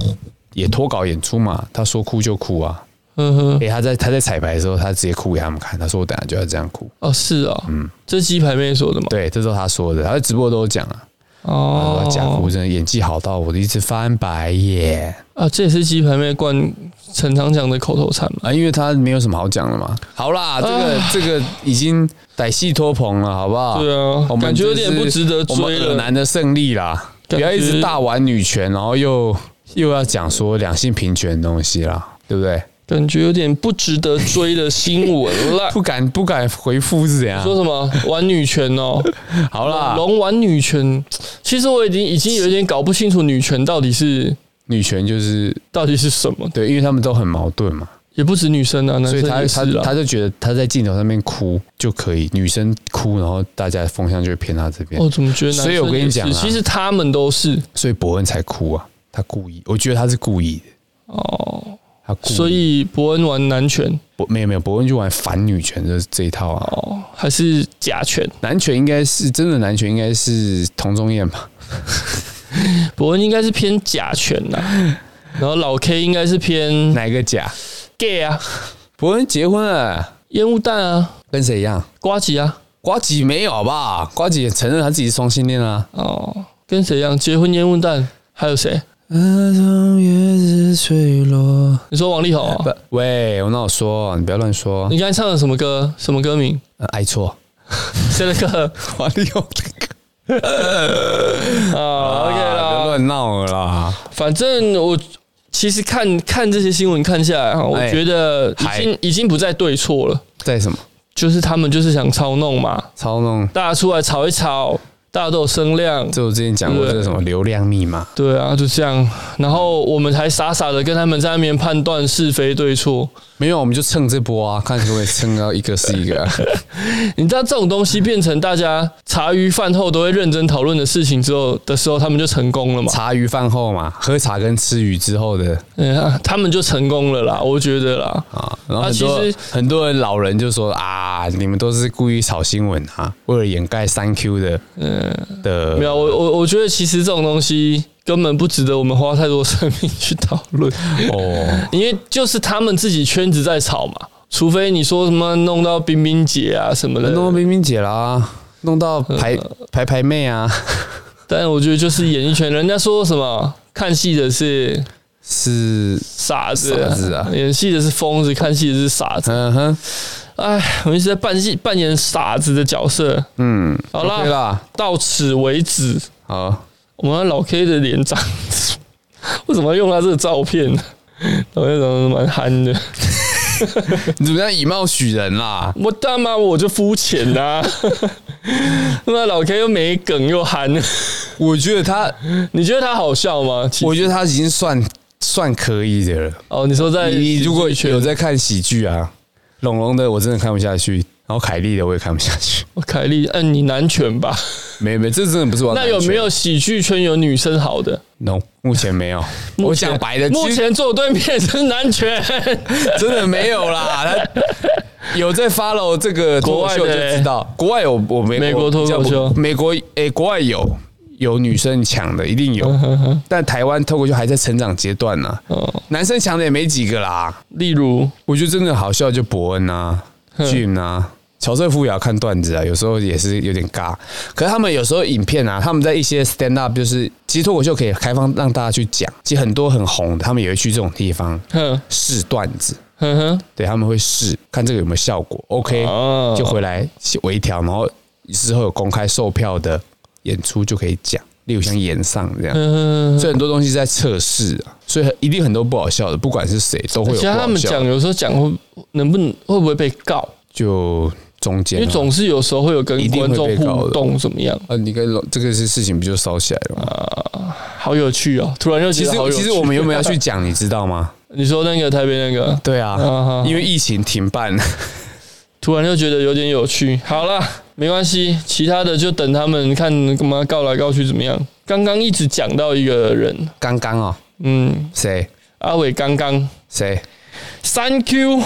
B: 也脱稿演出嘛，他说哭就哭啊。
A: 嗯哼，
B: 诶、他在他在彩排的时候，他直接哭给他们看，他说我等下就要这样哭。
A: 哦是啊，嗯，这鸡排妹说的嘛，
B: 对，这都是他说的，他在直播都有讲啊。他
A: 哦
B: 说，他假哭真的演技好到我一直翻白眼
A: 啊，这也是鸡排妹冠陈常讲的口头禅嘛。
B: 啊，因为他没有什么好讲的嘛。好
A: 啊
B: 啦，这个、这个已经歹戏拖棚了，好不好？
A: 对啊
B: 我们
A: 感觉有点
B: 这是
A: 不值得追了
B: 我们尔男的胜利啦，不
A: 感觉
B: 要一直大玩女权，然后又又要讲说两性平权的东西啦，对不对？
A: 感觉有点不值得追的新闻
B: [LAUGHS]
A: 啦。
B: 不敢不敢回复是怎样？
A: 说什么玩女权哦，
B: [LAUGHS] 好啦，
A: 龙玩女权，其实我已经已经有点搞不清楚女权到底是
B: 女权就是
A: 到底是什么。
B: 对，因为他们都很矛盾嘛。
A: 也不止女生啊，男
B: 所
A: 生
B: 以他
A: 也是
B: 他他
A: 啦。
B: 就觉得他在镜头上面哭就可以，女生哭，然后大家的风向就会偏他这边，
A: 哦，怎么觉得男生
B: 所
A: 也
B: 以
A: 是？
B: 我跟你讲啊
A: 其实他们都是
B: 所以伯恩才哭啊，他故意，我觉得他是故意的，
A: 哦，
B: 他故意，
A: 所以伯恩玩男拳
B: 伯没有没有，伯恩就玩反女权的这一套啊，
A: 哦，还是假拳？
B: 男权应该是真的男权应该是童仲彦吧，
A: 伯恩应该是偏假拳呐、
B: [LAUGHS]
A: 然后老 K 应该是偏
B: 哪一个假？
A: gay 啊，
B: 伯恩结婚了，
A: 烟雾弹啊，
B: 跟谁一样？
A: 瓜吉啊，
B: 瓜吉没有好不好？瓜吉也承认他自己是双性恋啊。
A: 哦，跟谁一样？结婚烟雾弹，还有谁？
B: 那种叶子坠落。
A: 你说王力宏、啊？
B: 不，喂，我那我说，你不要乱说。
A: 你刚才唱的什么歌？什么歌名？
B: 呃爱错，
A: 谁的歌？
B: 华丽用的歌。
A: 啊，OK
B: 不要
A: 啦，
B: 乱闹了啦。
A: 反正我其实看看这些新闻看下来哈，我
B: 哎
A: 觉得已
B: 还
A: 经已经不再对错了，
B: 在什么？
A: 就是他们就是想操弄嘛，
B: 操弄。
A: 大家出来吵一吵，大家都有声量，
B: 这我之前讲过，
A: 对
B: 这是什么流量密码？
A: 对啊，就这样，然后我们还傻傻的跟他们在那边判断是非对错，
B: 没有，我们就蹭这波啊，看可不可以蹭到一个是
A: [LAUGHS]
B: 一个啊。
A: 你知道这种东西变成大家茶余饭后都会认真讨论的事情之后的时候，他们就成功了嘛？
B: 茶余饭后嘛，喝茶跟吃鱼之后的
A: 嗯、啊他们就成功了啦，我觉得啦。
B: 啊，然后很
A: 其
B: 多、
A: 实
B: 很多人老人就说啊，你们都是故意炒新闻啊，为了掩盖三 Q 的，
A: 呃
B: 嗯的
A: 没有，我我我觉得其实这种东西根本不值得我们花太多生命去讨
B: [LAUGHS]
A: 论，
B: 哦，
A: 因为就是他们自己圈子在吵嘛。除非你说什么弄到冰冰姐啊什么的，
B: 弄到冰冰姐啦，弄到排
A: 呃
B: 排排妹啊，
A: 但我觉得就是演艺圈，人家说什么看戏的是
B: 是
A: 傻子，
B: 傻子啊
A: 演戏的是疯子，看戏的是傻子。
B: 嗯哼，
A: 哎，我一直在扮戏扮演傻子的角色。
B: 嗯，
A: 好啦
B: OK 啦，
A: 到此为止，
B: 好，
A: 我们老 K 的脸长， [LAUGHS] 为什么要用他这个照片呢？老 K 长得蛮憨的，
B: 你怎么样以貌取人啦？
A: 我大妈我就肤浅呐，那老 K 又没梗又憨，
B: 我觉得他，
A: 你觉得他好笑吗？其实
B: 我觉得他已经算算可以的了。
A: 哦，你说在
B: 你如果
A: 喜剧圈
B: 有在看喜剧啊，龙龙的我真的看不下去，然后凯莉的我也看不下
A: [LAUGHS]
B: 去。
A: 凯莉，嗯、你男权吧？
B: 没没，这真的不是我。
A: 那有没有喜剧圈有女生好的？
B: ？No，目前没有。我讲白
A: [LAUGHS]
B: 的，
A: 目
B: 其实
A: 前坐我对面是男权，
B: 真的没
A: [LAUGHS]
B: 有啦。他有在 follow 这个脱口秀
A: 国
B: 就
A: 外的欸
B: 知道，国外有我美
A: 美国脱口秀
B: 比较不美国诶、国外有有女生抢的，一定有。
A: 嗯
B: 但台湾脱口秀还在成长阶段呢、啊
A: 哦
B: 男生抢的也没几个啦。
A: 例如
B: 我觉得真的好笑就伯恩啊、Jim 啊、乔瑟夫也要看段子啊，有时候也是有点尬。可是他们有时候影片啊，他们在一些 stand up，就是其实脱口秀可以开放让大家去讲，其实很多很红的，他们也会去这种地方
A: 哼
B: 试段子。
A: 嗯哼哼，
B: 对，他们会试看这个有没有效果，OK，、
A: 哦
B: 就回来微调，然后之后有公开售票的演出就可以讲，例如像演上
A: 嗯
B: 这样，所以很多东西在测试啊，所以一定很多不好笑的，不管是谁都会
A: 而
B: 有
A: 且
B: 不
A: 他
B: 好
A: 们
B: 笑
A: 讲
B: 的，
A: 有时候讲会能不能会不会被告？
B: 就中
A: 因
B: 间、
A: 为
B: 啊。
A: 总是有时候会有跟
B: 一定会
A: 观众
B: 被告的
A: 互动怎么样？
B: 呃，你跟龙这个是事情不就烧起来了吗？
A: 啊好有趣哦！突然就
B: 其
A: 觉
B: 实
A: 得好有趣。
B: 其实我们原本要去讲，你知道吗？
A: [LAUGHS] 你说那个台北那个，
B: 对啊，
A: 啊
B: 因为疫情停办，
A: 突然就觉得有点有趣。好啦，没关系，其他的就等他们看干嘛告来告去怎么样。刚刚一直讲到一个人，
B: 刚刚哦，
A: 嗯，
B: 谁
A: 阿伟刚刚
B: 谁
A: 三 Q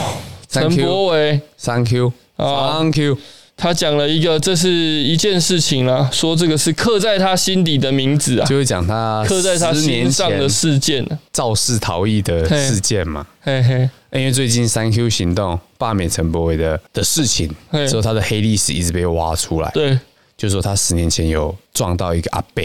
B: 三
A: 陈
B: Q
A: 柏伟，
B: 三 Q
A: 啊
B: 三 Q，
A: 他讲了一个，这是一件事情啦，说这个是刻在他心底的名字啊，
B: 就会讲他
A: 刻在他
B: 十年
A: 心上
B: 前
A: 的事件啊。
B: 肇事逃逸的事件嘛。
A: 嘿嘿，
B: 因为最近三 Q 行动罢免陈柏伟的的事情
A: 嘿
B: 之后，他的黑历史一直被挖出来，
A: 对，
B: 就说他十年前有撞到一个阿伯，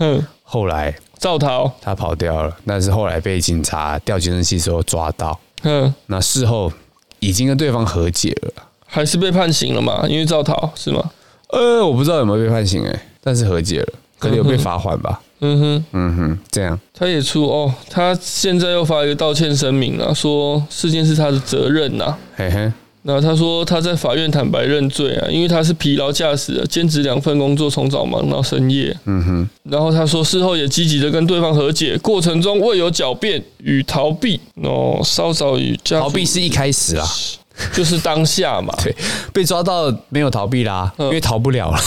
A: 嗯，
B: 后来
A: 赵桃，
B: 他跑掉了，但是后来被警察调监视器之后抓到，
A: 嗯，
B: 那事后已经跟对方和解了。
A: 还是被判刑了嘛？因为赵桃是吗？
B: 呃，我不知道有没有被判刑哎、但是和解了，可能有被罚款吧。
A: 嗯哼，
B: 嗯哼，这样
A: 他也出哦，啊他现在又发一个道歉声明了，说事件是他的责任呐、啊
B: 嘿嘿，
A: 那他说他在法院坦白认罪啊，因为他是疲劳驾驶的，兼职两份工作，从早忙到深夜。嗯哼。然后他说事后也积极的跟对方和解，过程中未有狡辩与逃避哦，稍早与家属
B: 逃避是一开始啦，
A: [LAUGHS] 嗯就是当下嘛。
B: 对，被抓到没有逃避啦，
A: 嗯
B: 因为逃
A: [LAUGHS]
B: 不了了。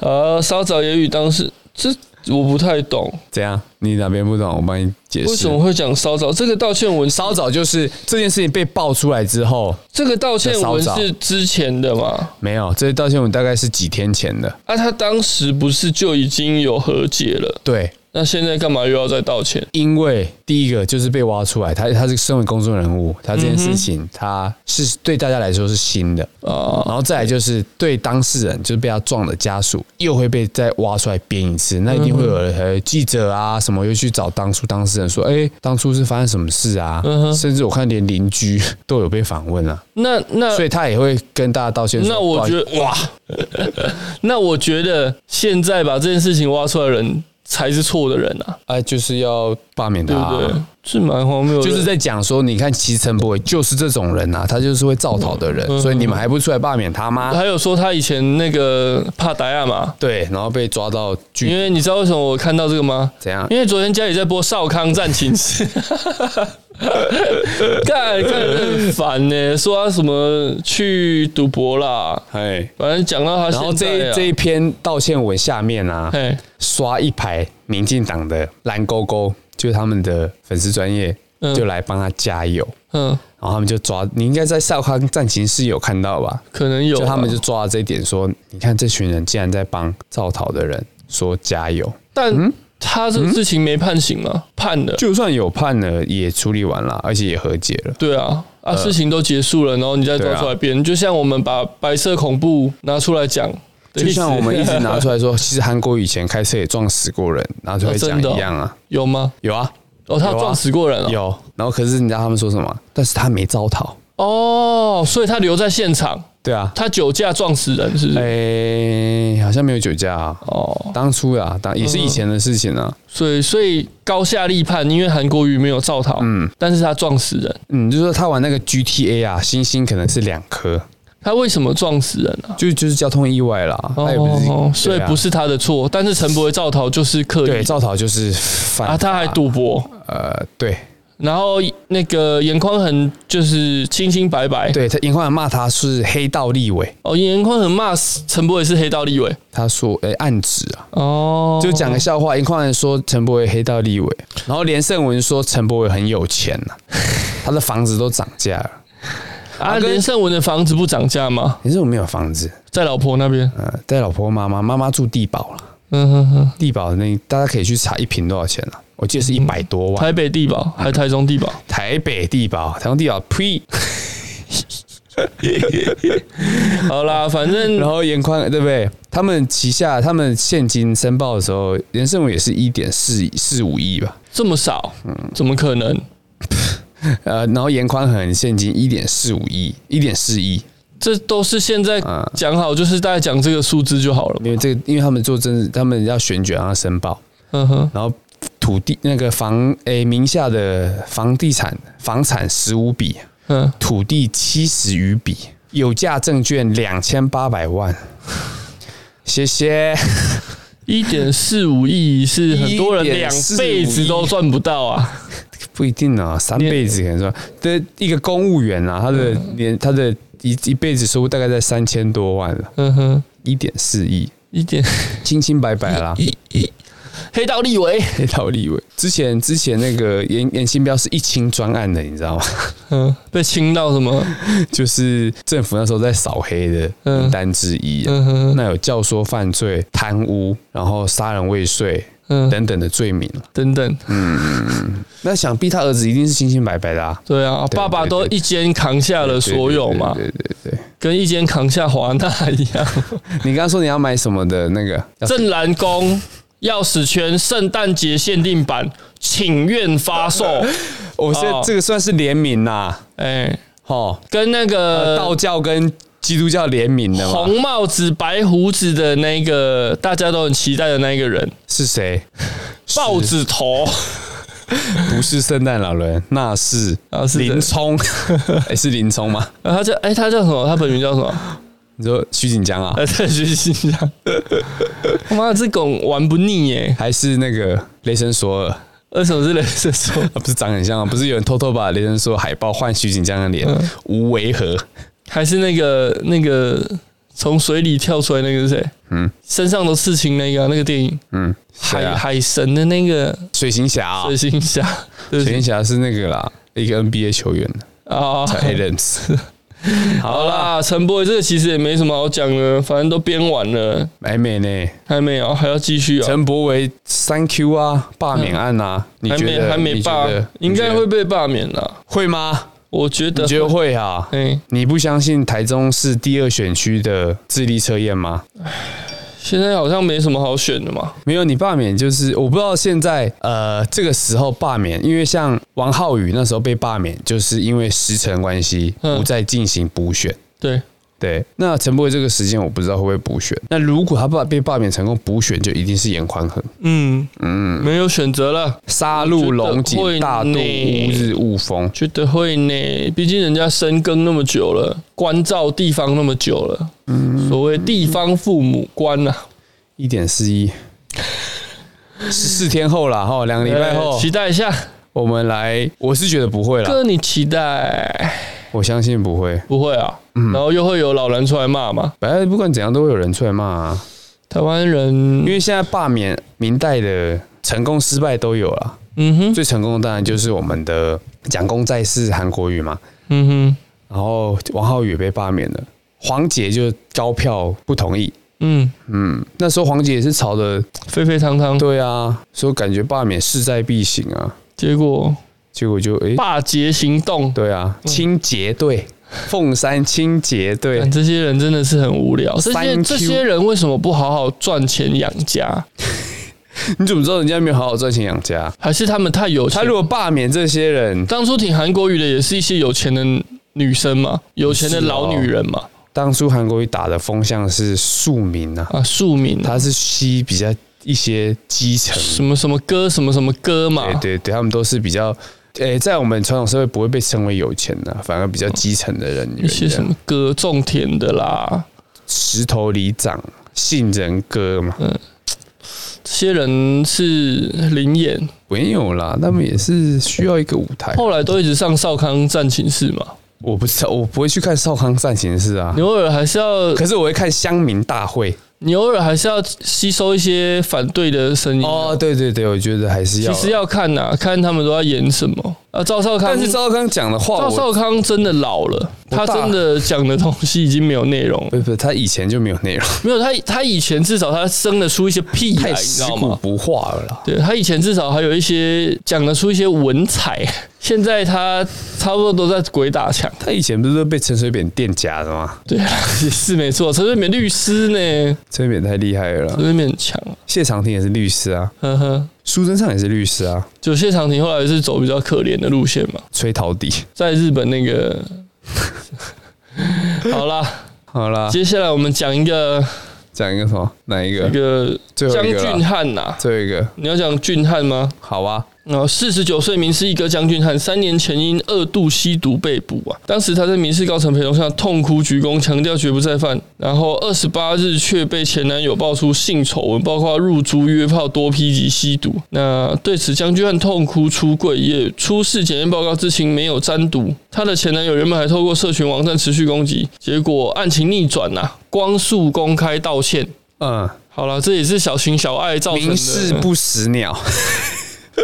A: 啊，稍早也与当事这我不太懂，
B: 怎样？你哪边不懂？我帮你解释。
A: 为什么会讲稍早？这个道歉文，
B: 稍早就是这件事情被爆出来之后，
A: 这个道歉文
B: 稍早
A: 是之前的嘛？
B: 没有，这道歉文大概是几天前的。
A: 啊，他当时不是就已经有和解了？
B: 对，
A: 那现在干嘛又要再道歉？
B: 因为第一个就是被挖出来，他他是身为公众人物，他这件事情、
A: 嗯
B: 他是对大家来说是新的
A: 哦
B: 啊，然后再来就是对当事人，就是被他撞的家属，又会被再挖出来编一次，那一定会有呃记者啊什么又去找当初当事人说，哎、当初是发生什么事啊？
A: 嗯
B: 甚至我看连邻居 [LAUGHS] 都有被访问啊，
A: 那那
B: 所以他也会跟大家道歉说。
A: 呃那
B: 哦
A: 我觉得哇， [LAUGHS] 那我觉得现在把这件事情挖出来的人才是错的人啊，
B: 哎、就是要罢免他、
A: 对
B: 啊，
A: 不对？是蛮荒谬的，
B: 就是在讲说，你看其实陈柏伟就是这种人呐、他就是会造逃的人，
A: 嗯
B: 所以你们还不出来罢免他吗？
A: 还有说他以前那个帕达亚嘛，
B: 对，然后被抓到
A: 因
B: 去
A: 为你知道为什么我看到这个吗？
B: 怎样
A: 因为昨天家里在播《少康战情室》 [LAUGHS] 干，看看得很烦呢、说他什么去赌博啦，
B: 哎，
A: 反正讲到他
B: 然后
A: 现在、
B: 这
A: 啊
B: 一、这一篇道歉文下面啊，
A: 嘿
B: 刷一排民进党的蓝勾勾，就是他们的粉丝专业，
A: 嗯
B: 就来帮他加油，
A: 嗯，
B: 然后他们就抓，你应该在少康战情室有看到吧？
A: 可能有啊，
B: 就他们就抓了这一点说，你看这群人竟然在帮造逃的人说加油，嗯
A: 但他这事情没判刑嘛，判了，
B: 就算有判了，也处理完了，而且也和解了。
A: 对啊。啊，事情都结束了，然后你再抓
B: 呃对啊
A: 出来编，就像我们把白色恐怖拿出来讲的意思，
B: 就像我们一直拿出来说，其实韩国以前开车也撞死过人，然后就会
A: 哦
B: 讲
A: 真的哦
B: 一样啊，
A: [LAUGHS] 有吗？
B: 有啊，
A: 哦，他
B: 有啊
A: 撞死过人了、
B: 有。然后可是你知道他们说什么？但是他没招逃，
A: 哦，所以他留在现场，
B: 对啊，
A: 他酒驾撞死人，是不是？
B: 哎，好像没有酒驾啊，
A: 哦，
B: 当初啊，当也是以前的事情啊，
A: 所以所以高下立判，因为韩国瑜没有造逃，嗯，但是他撞死人，
B: 嗯，就是说他玩那个 GTA 啊，星星可能是两颗，
A: 他为什么撞死人啊？
B: 就就是交通意外啦，他也不是，
A: 哦，所以
B: 对啊
A: 不是他的错，但是陈柏惟造逃就是刻
B: 对，
A: 意
B: 造逃就是犯
A: 啊，他还赌博，
B: 呃，对
A: 然后那个严宽恒就是清清白白，
B: 对，他严宽骂他是黑道立委，
A: 哦，严宽恒骂陈柏惟是黑道立委，
B: 他说哎暗指啊。
A: 哦，
B: 就讲个笑话，一矿人说陈柏伟黑道立委，然后连胜文说陈柏伟很有钱
A: [LAUGHS]
B: 呐、他的房子都涨价了。
A: 啊，
B: 啊跟
A: 连胜文的房子不涨价吗？
B: 连胜文没有房子，
A: 在老婆那边，
B: 呃，带老婆妈妈，妈妈住地堡了，
A: 嗯哼哼，
B: 地堡那大家可以去查一平多少钱了、我记得是一百多万。
A: 嗯台北地堡还台中地 [LAUGHS] 堡，
B: 台北地堡，台中地堡，
A: [LAUGHS]
B: 呸！
A: 好啦，反正
B: 然后严宽对不对？他们旗下他们现金申报的时候，连胜文也是一点四四五亿吧，
A: 这么少，怎么可能？
B: 呃，然后严宽很现金一点四五亿，一点四亿，
A: 这都是现在
B: 嗯
A: 讲好，就是大概讲这个数字就好了。
B: 因为这个，因为他们做政治，他们要选举，然后申报，
A: 嗯哼，
B: 然后土地那个房诶、名下的房地产房产十五笔，
A: 嗯，
B: 土地七十余笔，有价证券两千八百万。谢谢， [LAUGHS]
A: 一点四五亿是很多人两辈子都赚不到啊。
B: 不一定啊，三辈子可能说的一个公务员啊，他的年他的一一辈子收入大概在三千多万了，
A: 嗯哼，
B: 一点四亿，
A: 一点
B: 清清白白啦。
A: [LAUGHS] 一一黑道立委，
B: [LAUGHS] 黑道立委之前之前那个严严新标是一清专案的，你知道吗？
A: 嗯，被清到什么？
B: 就是政府那时候在扫黑的
A: 嗯
B: 名单之一、啊。
A: 嗯哼，
B: 那有教唆犯罪、贪污，然后杀人未遂
A: 嗯，
B: 等等的罪名、啊
A: 等等，
B: 那想必他儿子一定是清清白白的啊，
A: 对啊，
B: 对
A: 爸爸都
B: 对对
A: 一肩扛下了所有嘛，
B: 对对对对
A: 跟一肩扛下华纳一样。 [LAUGHS]
B: 对你刚刚说你要买什么的那个？
A: 正蓝宫钥匙圈圣诞节限定版，请愿发售。
B: 我是、
A: 哦
B: 这个算是联名呐、
A: [LAUGHS] 哎，啊
B: 哦，
A: 跟那个
B: 道教跟基督教联名的嘛？
A: 呃红帽子、白胡子的那个，大家都很期待的那一个人，
B: 是谁？
A: 豹子头，
B: 不是圣诞
A: [LAUGHS]
B: 老人，那是
A: 啊是
B: 林冲， [LAUGHS] 哎，是林冲吗？
A: [LAUGHS] 啊他叫哎、他叫什么？他本名叫什 [LAUGHS] 么？
B: 你说徐锦江啊，
A: 呃，在学习一 [LAUGHS] 下。他妈这梗玩不腻耶！
B: 还是那个雷神索尔？
A: 为什么是雷射手？
B: 啊，不是长很像啊，不是有人偷偷把雷神索尔海报换徐锦江的脸，
A: 嗯
B: 无违和。
A: 还是那个那个从水里跳出来那个是谁？嗯，身上都刺青那个啊、那个电影，
B: 嗯，
A: 海、
B: 谁啊
A: 海神的那个
B: 水行侠啊
A: 水，行侠，对不
B: 水
A: 起
B: 行侠是那个啦，一个 NBA 球员
A: 啊， [LAUGHS]
B: ，Adams。
A: 好啦，陈博这个其实也没什么好讲的，反正都编完了，
B: 美美呢？
A: 还没有，还要继续啊。
B: 陈柏维三 Q 啊，罢免案啊，你
A: 还
B: 觉
A: 没
B: 得
A: 嗯还没
B: 你觉
A: 罢
B: 得，
A: 应该
B: 你觉
A: 会
B: 得
A: 被罢免啦。
B: 会吗？
A: 我觉得
B: 你觉得会啊？
A: 哎，
B: 你不相信台中市第二选区的智力测验吗？
A: 现在好像没什么好选的嘛。
B: 没有，你罢免就是我不知道现在呃这个时候罢免，因为像王浩宇那时候被罢免，就是因为时程关系
A: 嗯
B: 不再进行补选。
A: 对，
B: 对，那陈柏惟这个时间我不知道会不会补选。那如果他罢被罢免成功，补选就一定是严宽恒。
A: 嗯嗯，没有选择了，
B: 杀戮龙井大肚
A: 我觉得
B: 乌
A: 会
B: 日雾峰，
A: 觉得会呢。毕竟人家深耕那么久了，关照地方那么久了，所谓地方父母官呐、啊，
B: 一点四一，十四天后啦，哈，两个礼拜后啊
A: 呃期待一下，
B: 我们来，我是觉得不会啦，
A: 哥你期待
B: 我相信不会。
A: 不会啊？
B: 嗯
A: 然后又会有老人出来骂嘛？
B: 反正不管怎样都会有人出来骂啊，
A: 台湾人，因
B: 因为现在罢免明代的成功失败都有啦，
A: 嗯哼，
B: 最成功的当然就是我们的蒋公在世韩国瑜嘛，
A: 嗯哼，
B: 然后王浩宇也被罢免了，黄杰就高票不同意。
A: 嗯，
B: 嗯，那时候黄杰也是吵的，
A: 沸沸汤汤，
B: 对啊，所以感觉罢免势在必行啊。
A: 结果
B: 结果就诶，
A: 霸劫行动，
B: 对啊，清洁队，凤山清洁队
A: 但，这些人真的是很无聊。这
B: 三
A: 些
B: Q
A: 这些人为什么不好好赚钱养家？
B: 你怎么知道人家没有好好赚钱养家？
A: 还是他们太有钱？
B: 他如果罢免这些人，
A: 当初挺韩国语的也是一些有钱的女生嘛，有钱的老女人嘛，
B: 当初韩国瑜打的风向是庶民啊，
A: 啊，庶民啊，
B: 他是吸比较一些基层，
A: 什么什么歌，什么什么歌嘛
B: 对，对对，他们都是比较，诶、在我们传统社会不会被称为有钱的、反而比较基层的人员，
A: 一些什么歌，种田的啦，
B: 石头里长、杏仁哥嘛，
A: 这些人是灵眼，
B: 没有啦，他们也是需要一个舞台。
A: 后来都一直上少康战情室嘛，
B: 我不知道，我不会去看少康战情室啊
A: 你，偶尔还是要
B: 可是我会看乡民大会。
A: 你偶尔还是要吸收一些反对的声音、
B: 哦，
A: 哦。
B: 对对对，我觉得还是要啊
A: 其
B: 啦，
A: 实要看呐、看他们都在演什么啊。赵少康，
B: 但是赵刚讲的话，
A: 赵
B: 我
A: 少康真的老了，
B: 我
A: 他
B: 大
A: 真的讲的东西已经没有内容了。
B: 不不，他以前就没有内容，
A: 没有他，他以前至少他生得出一些屁来，
B: 太
A: 你知
B: 食
A: 道
B: 古
A: 吗？
B: 不化了啦。
A: 对他以前至少还有一些讲得出一些文采，现在他差不多都在鬼打墙。
B: 他以前不是都被陈水扁电夹的吗？
A: 对 [LAUGHS] 啊，也是没错。陈水扁律师呢，
B: 陈水扁太厉害了啦
A: 陈，水扁很强，
B: 谢长廷也是律师啊，
A: 呵呵。
B: 苏贞昌也是律师啊，
A: 就谢长廷后来是走比较可怜的路线嘛，
B: 崔陶迪。
A: 在日本那个。 [LAUGHS] 好啦，
B: 好啦，
A: 接下来我们讲一个
B: 讲一个什么？哪一个
A: 一？个
B: 最后
A: 江
B: 一个啦
A: 俊汉呐、
B: 最后一个，
A: 你要讲俊汉吗？
B: 好啊，
A: 然后呃四十九岁民事一哥江俊汉，三年前因二度吸毒被捕啊。当时他在民事高层陪同下痛哭鞠躬，强调绝不再犯。然后二十八日却被前男友爆出性丑闻，包括入租、约炮、多批及吸毒。那对此，江俊汉痛哭出柜，也出示检验报告知情没有沾毒。他的前男友原本还透过社群网站持续攻击，结果案情逆转呐、光速公开道歉。
B: 嗯，
A: 好了，这也是小情小爱造成的。
B: 明示不识鸟，
A: [LAUGHS]
B: [LAUGHS]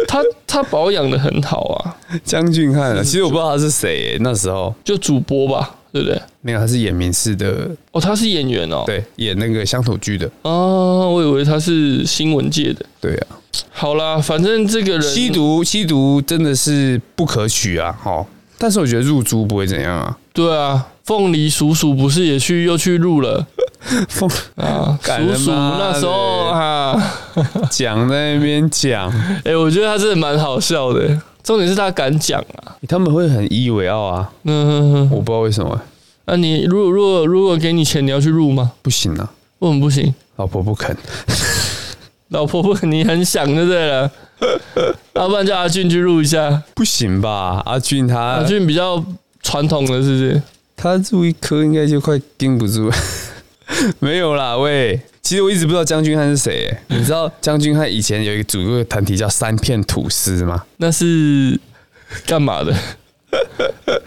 A: 他他保养的很好啊，
B: 江俊汉啊，其实我不知道他是谁耶，那时候
A: 就主播吧，对不对？
B: 没有，他是演民视的，
A: 哦，他是演员哦。。
B: 对，演那个乡土剧的，
A: 哦，我以为他是新闻界的。
B: 对啊，
A: 好啦，反正这个人
B: 吸毒吸毒真的是不可取啊，哦，但是我觉得入猪不会怎样 [LAUGHS] 啊，
A: 对啊，凤梨叔叔不是也去又去录了
B: 疯 [LAUGHS]
A: 啊？
B: 感
A: 叔
B: 人
A: 叔
B: 吗
A: 那时候
B: 对
A: 啊，
B: 讲在那边讲，
A: 哎、我觉得他真的蛮好笑的。重点是他敢讲啊。
B: [LAUGHS] 他们会很以为傲啊，
A: 嗯哼哼，
B: 我不知道为什么
A: 那、你如果如果如果给你钱，你要去录吗？
B: 不行啊，
A: 为什么不行？
B: 老婆不肯， [LAUGHS]
A: 老婆不，你很想就对了。要不然叫阿俊去录一下，
B: 不行吧？阿俊他
A: 阿俊比较传统的，是不是？
B: 他入一颗应该就快盯不住了， [LAUGHS] 没有啦，喂。其实我一直不知道江君汉是谁欸，
A: 嗯
B: 你知道江君汉以前有一个组乐团体叫三片吐司吗？
A: 那是干嘛 [LAUGHS] 的？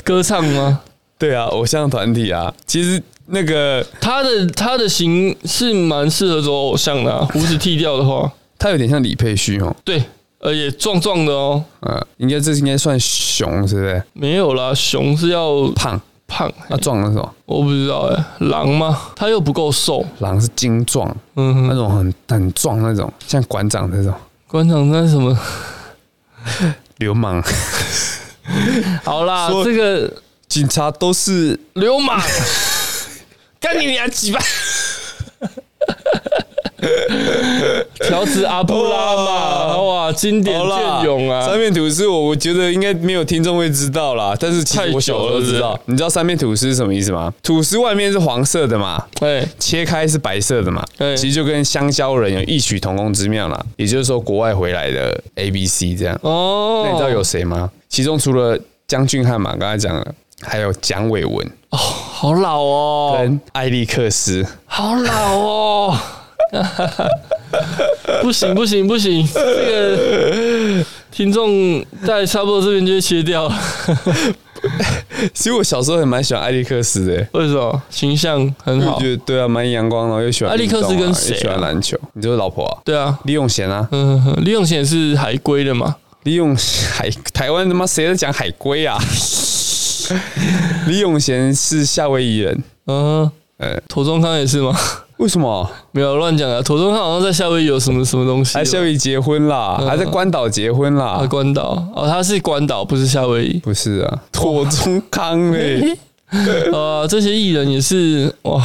A: 歌唱吗？
B: 对啊，偶像团体啊，其实那个
A: 他的他的型是蛮适合走偶像的、啊，胡子剃掉的话，
B: 他有点像李佩旭哦，
A: 对，呃，也壮壮的哦。
B: 呃，应该这应该算熊，是不是？
A: 没有啦，熊是要
B: 胖，
A: 胖，
B: 那壮那种
A: 我不知道哎、狼吗？他又不够瘦，
B: 狼是精壮，
A: 嗯
B: 那
A: 哼，
B: 种很很壮那种，像馆长那种
A: 馆长那是什么？
B: 流氓
A: [LAUGHS]
B: [LAUGHS]
A: 好啦，
B: 说
A: 这个
B: 警察都是
A: 流 [LAUGHS] 氓，
B: 干你娘几巴！
A: [LAUGHS] 条子阿布拉嘛，哇，经典
B: 好啦
A: 隽永啊
B: 三！面吐司我我觉得应该没有听众会知道啦，但是其
A: 太
B: 实
A: 久
B: 我小时候
A: 了
B: 知
A: 是不
B: 道
A: 是，
B: 你知道三面吐司是什么意思吗？吐司外面是黄色的嘛，
A: 哎，
B: 切开是白色的嘛，
A: 对
B: 其实就跟香蕉人有异曲同工之妙啦。也就是说，国外回来的 A、B、C 这样。
A: 哦，
B: 那你知道有谁吗？其中除了江俊汉嘛，刚才讲了，还有蒋伟文
A: 好老哦，
B: 跟艾利克斯。
A: 好老哦。
B: [LAUGHS]
A: 不行不行不行，这个听众在差不多这边就会切掉
B: [LAUGHS]
A: 了。
B: 其实我小时候还蛮喜欢艾利克斯的、欸。
A: 为什么？形象很
B: 因为
A: 好
B: 我觉。得对啊，蛮阳光的，又喜欢
A: 哦艾利克斯
B: 运动啊
A: 跟谁啊
B: 又喜欢篮球，你就是老婆啊，
A: 对啊，
B: 李永贤啊，
A: 嗯，哼李永贤是海归的嘛？
B: 李永海台湾他妈谁在讲海龟啊？ [LAUGHS] 李永贤是夏威夷人，
A: 嗯，
B: 呃，
A: 妥中康也是吗？ [LAUGHS]
B: 为什么？
A: 没有乱讲啊，妥中康好像在夏威夷有什么什么东西吧，
B: 还夏威夷结婚啦，还在关岛结婚
A: 啊
B: 啦？。
A: 关岛哦，他是关岛，不是夏威夷
B: 不是啊，妥中康欸
A: [LAUGHS]
B: 嘞，
A: 呃，这些艺人也是哇，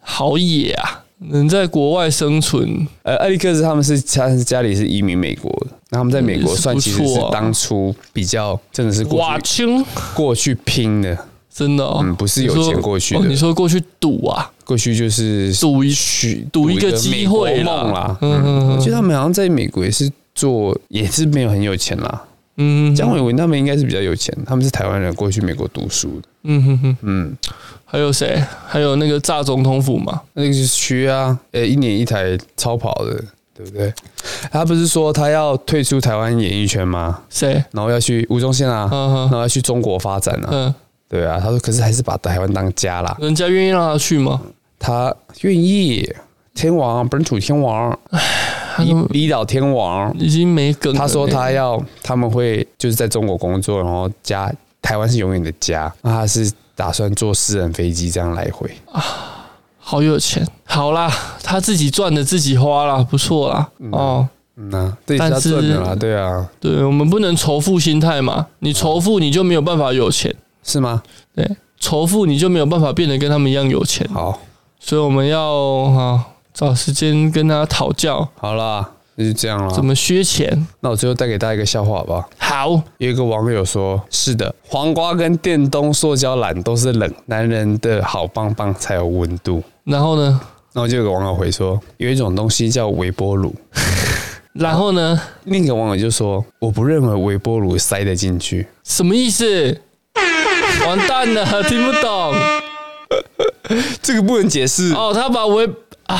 A: 好野啊，能在国外生存，
B: 呃，艾利克斯他们是他是家里是移民美国的，那他们在美国算
A: 也
B: 其
A: 是不
B: 实是
A: 错啊
B: 当初比较真的是过
A: 哇
B: 去
A: 清，
B: 过去拼的，
A: 真的哦，
B: 嗯不是有
A: 你说
B: 钱过去的
A: 哦你说过去赌啊，
B: 过去就是
A: 赌一
B: 去
A: 赌一个
B: 个
A: 机
B: 美国
A: 会啦
B: 梦啦。
A: 嗯嗯
B: 嗯，
A: 嗯
B: 我觉得他们好像在美国也是做也是没有很有钱啦。
A: 嗯
B: 蒋伟文他们应该是比较有钱，他们是台湾人过去美国读书的，
A: 嗯哼哼，
B: 嗯，
A: 还有谁？还有那个炸总统府嘛？
B: 那个就是缺啊，呃、一年一台超跑的，对不对？他不是说他要退出台湾演艺圈吗？
A: 谁？
B: 然后要去吴宗宪啊，
A: 嗯哼
B: 然后要去中国发展啊，
A: 嗯，
B: 对啊。他说，可是还是把台湾当家啦，
A: 人家愿意让他去吗？
B: 他愿意。天王，本土天王，
A: 他
B: 离
A: 都
B: 离岛天王，
A: 已经没梗了欸呢。
B: 他说他要他们会就是在中国工作，然后家台湾是永远的家。那他是打算坐私人飞机这样来回。
A: 好有钱，好啦，他自己赚的自己花啦，不错啦。哦，
B: 嗯啊，这也是他
A: 但是
B: 赚的啦，对啊，
A: 对，我们不能仇富心态嘛，你仇富你就没有办法有钱，
B: 是吗？
A: 对，仇富你就没有办法变得跟他们一样有钱，
B: 好，
A: 所以我们要啊找时间跟他讨教
B: 好啦，那就这样
A: 怎
B: 啦。
A: 么削钱。
B: 那我最后带给大家一个笑话好不好？
A: 好，
B: 有一个网友说：“是的，黄瓜跟电动塑胶篮都是冷，男人的好棒棒才有温度。
A: 然后呢？”
B: 然后就有个网友回说：“有一种东西叫微波炉。”
A: 然后呢？
B: 另一个网友就说：“我不认为微波炉塞得进去。”
A: 什么意思？完蛋了，听不懂。
B: 这个不能解释。
A: 哦，他把微啊、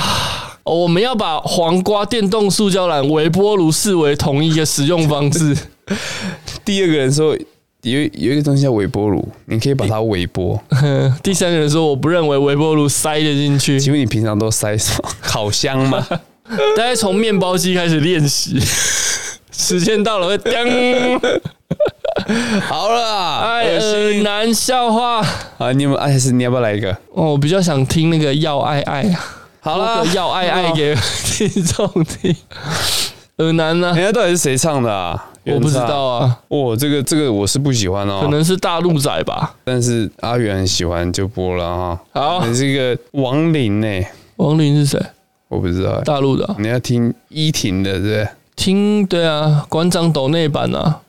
A: 哦我们要把黄瓜、电动塑胶篮、微波炉视为同一个使用方式。
B: 第二个人说有有一个东西叫微波炉，你可以把它微波。
A: 嗯第三个人说，我不认为微波炉塞得进去，
B: 请问你平常都塞什
A: [LAUGHS]
B: 么？烤箱吗？
A: 大家从面包机开始练
B: [LAUGHS]
A: 习。时间到了，会叮！
B: 好啦，
A: 爱
B: 恶
A: 尔
B: 心
A: 兰笑话
B: 啊！你们哎，是你要不要来一个？
A: 哦，我比较想听那个要爱爱啊，
B: 好
A: 那
B: 啦，
A: 个要爱爱给听众听。尔南呢
B: 人？家哎到底是谁唱的啊？
A: 我不知道啊，
B: 哦，这个这个我是不喜欢哦，
A: 可能是大陆仔吧。
B: 但是阿元很喜欢就播了哈。
A: 好
B: 你是一个亡灵呢，
A: 王林是谁？
B: 我不知道欸。
A: 大陆的啊、
B: 你要听依婷的，对不对？
A: 听对啊，馆长抖内版啊。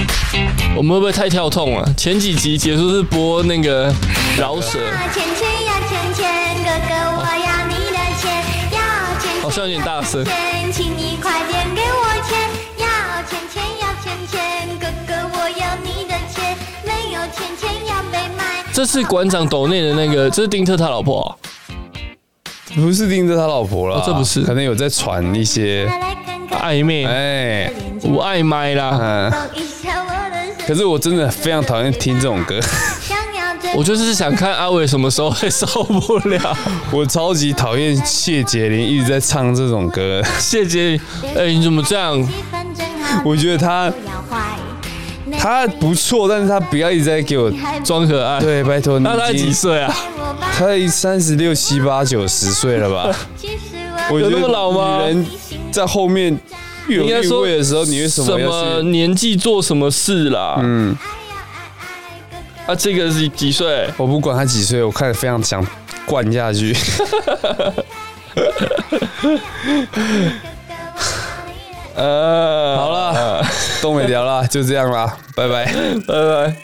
A: 我我们会不会太跳痛了、前几集结束是播那个饶舌，
E: 钱钱呀钱钱，哥哥我要你的钱，要钱钱。
A: 好像有点大声
E: 钱，请你快点给我钱，要钱钱要钱钱，哥哥我要你的钱，没有钱钱要被卖。
A: 这是馆长抖内的那个，这是丁特他老婆啊、
B: 不是盯着他老婆了、
A: 哦这不是
B: 可能有在传一些，
E: 快来看看，
A: 暧昧，
B: 哎、
A: 我爱麦啦。
B: 嗯。
E: 动一下我的手。
B: 可是我真的非常讨厌听这种歌，
E: 想要追
A: 我就是想看阿伟什么时候会受不了。
B: 我超级讨厌谢杰林一直在唱这种歌，
A: 谢谢，哎、你怎么这样？
E: 气氛正好，
B: 我觉得他
E: 不要坏。
B: 他不错，但是他不要一直在给我，
E: 还
A: 装可爱？
B: 对，拜托你
A: 那他
B: 已
A: 几
B: 经
A: 岁啊？
E: 我吧，
B: 他三十六七八九十岁了吧？
E: 其实
B: [LAUGHS] 我
E: 我
B: 觉
A: 有
B: 得
A: 那么老吗
B: 女人在后面越有
A: 应该
B: 越
A: 说
B: 位的时候，你为什
A: 什
B: 么要
A: 么
B: 去？
A: 年纪做什么事啦？嗯，
E: 爱呀爱爱哥哥。
A: 啊，这个是几岁？
B: 我不管他几岁，我看得非常想灌
A: [LAUGHS]
B: 下去。
A: 呃，好了，
B: 呃都没聊啦，就这样啦，拜拜。呃
A: 拜拜。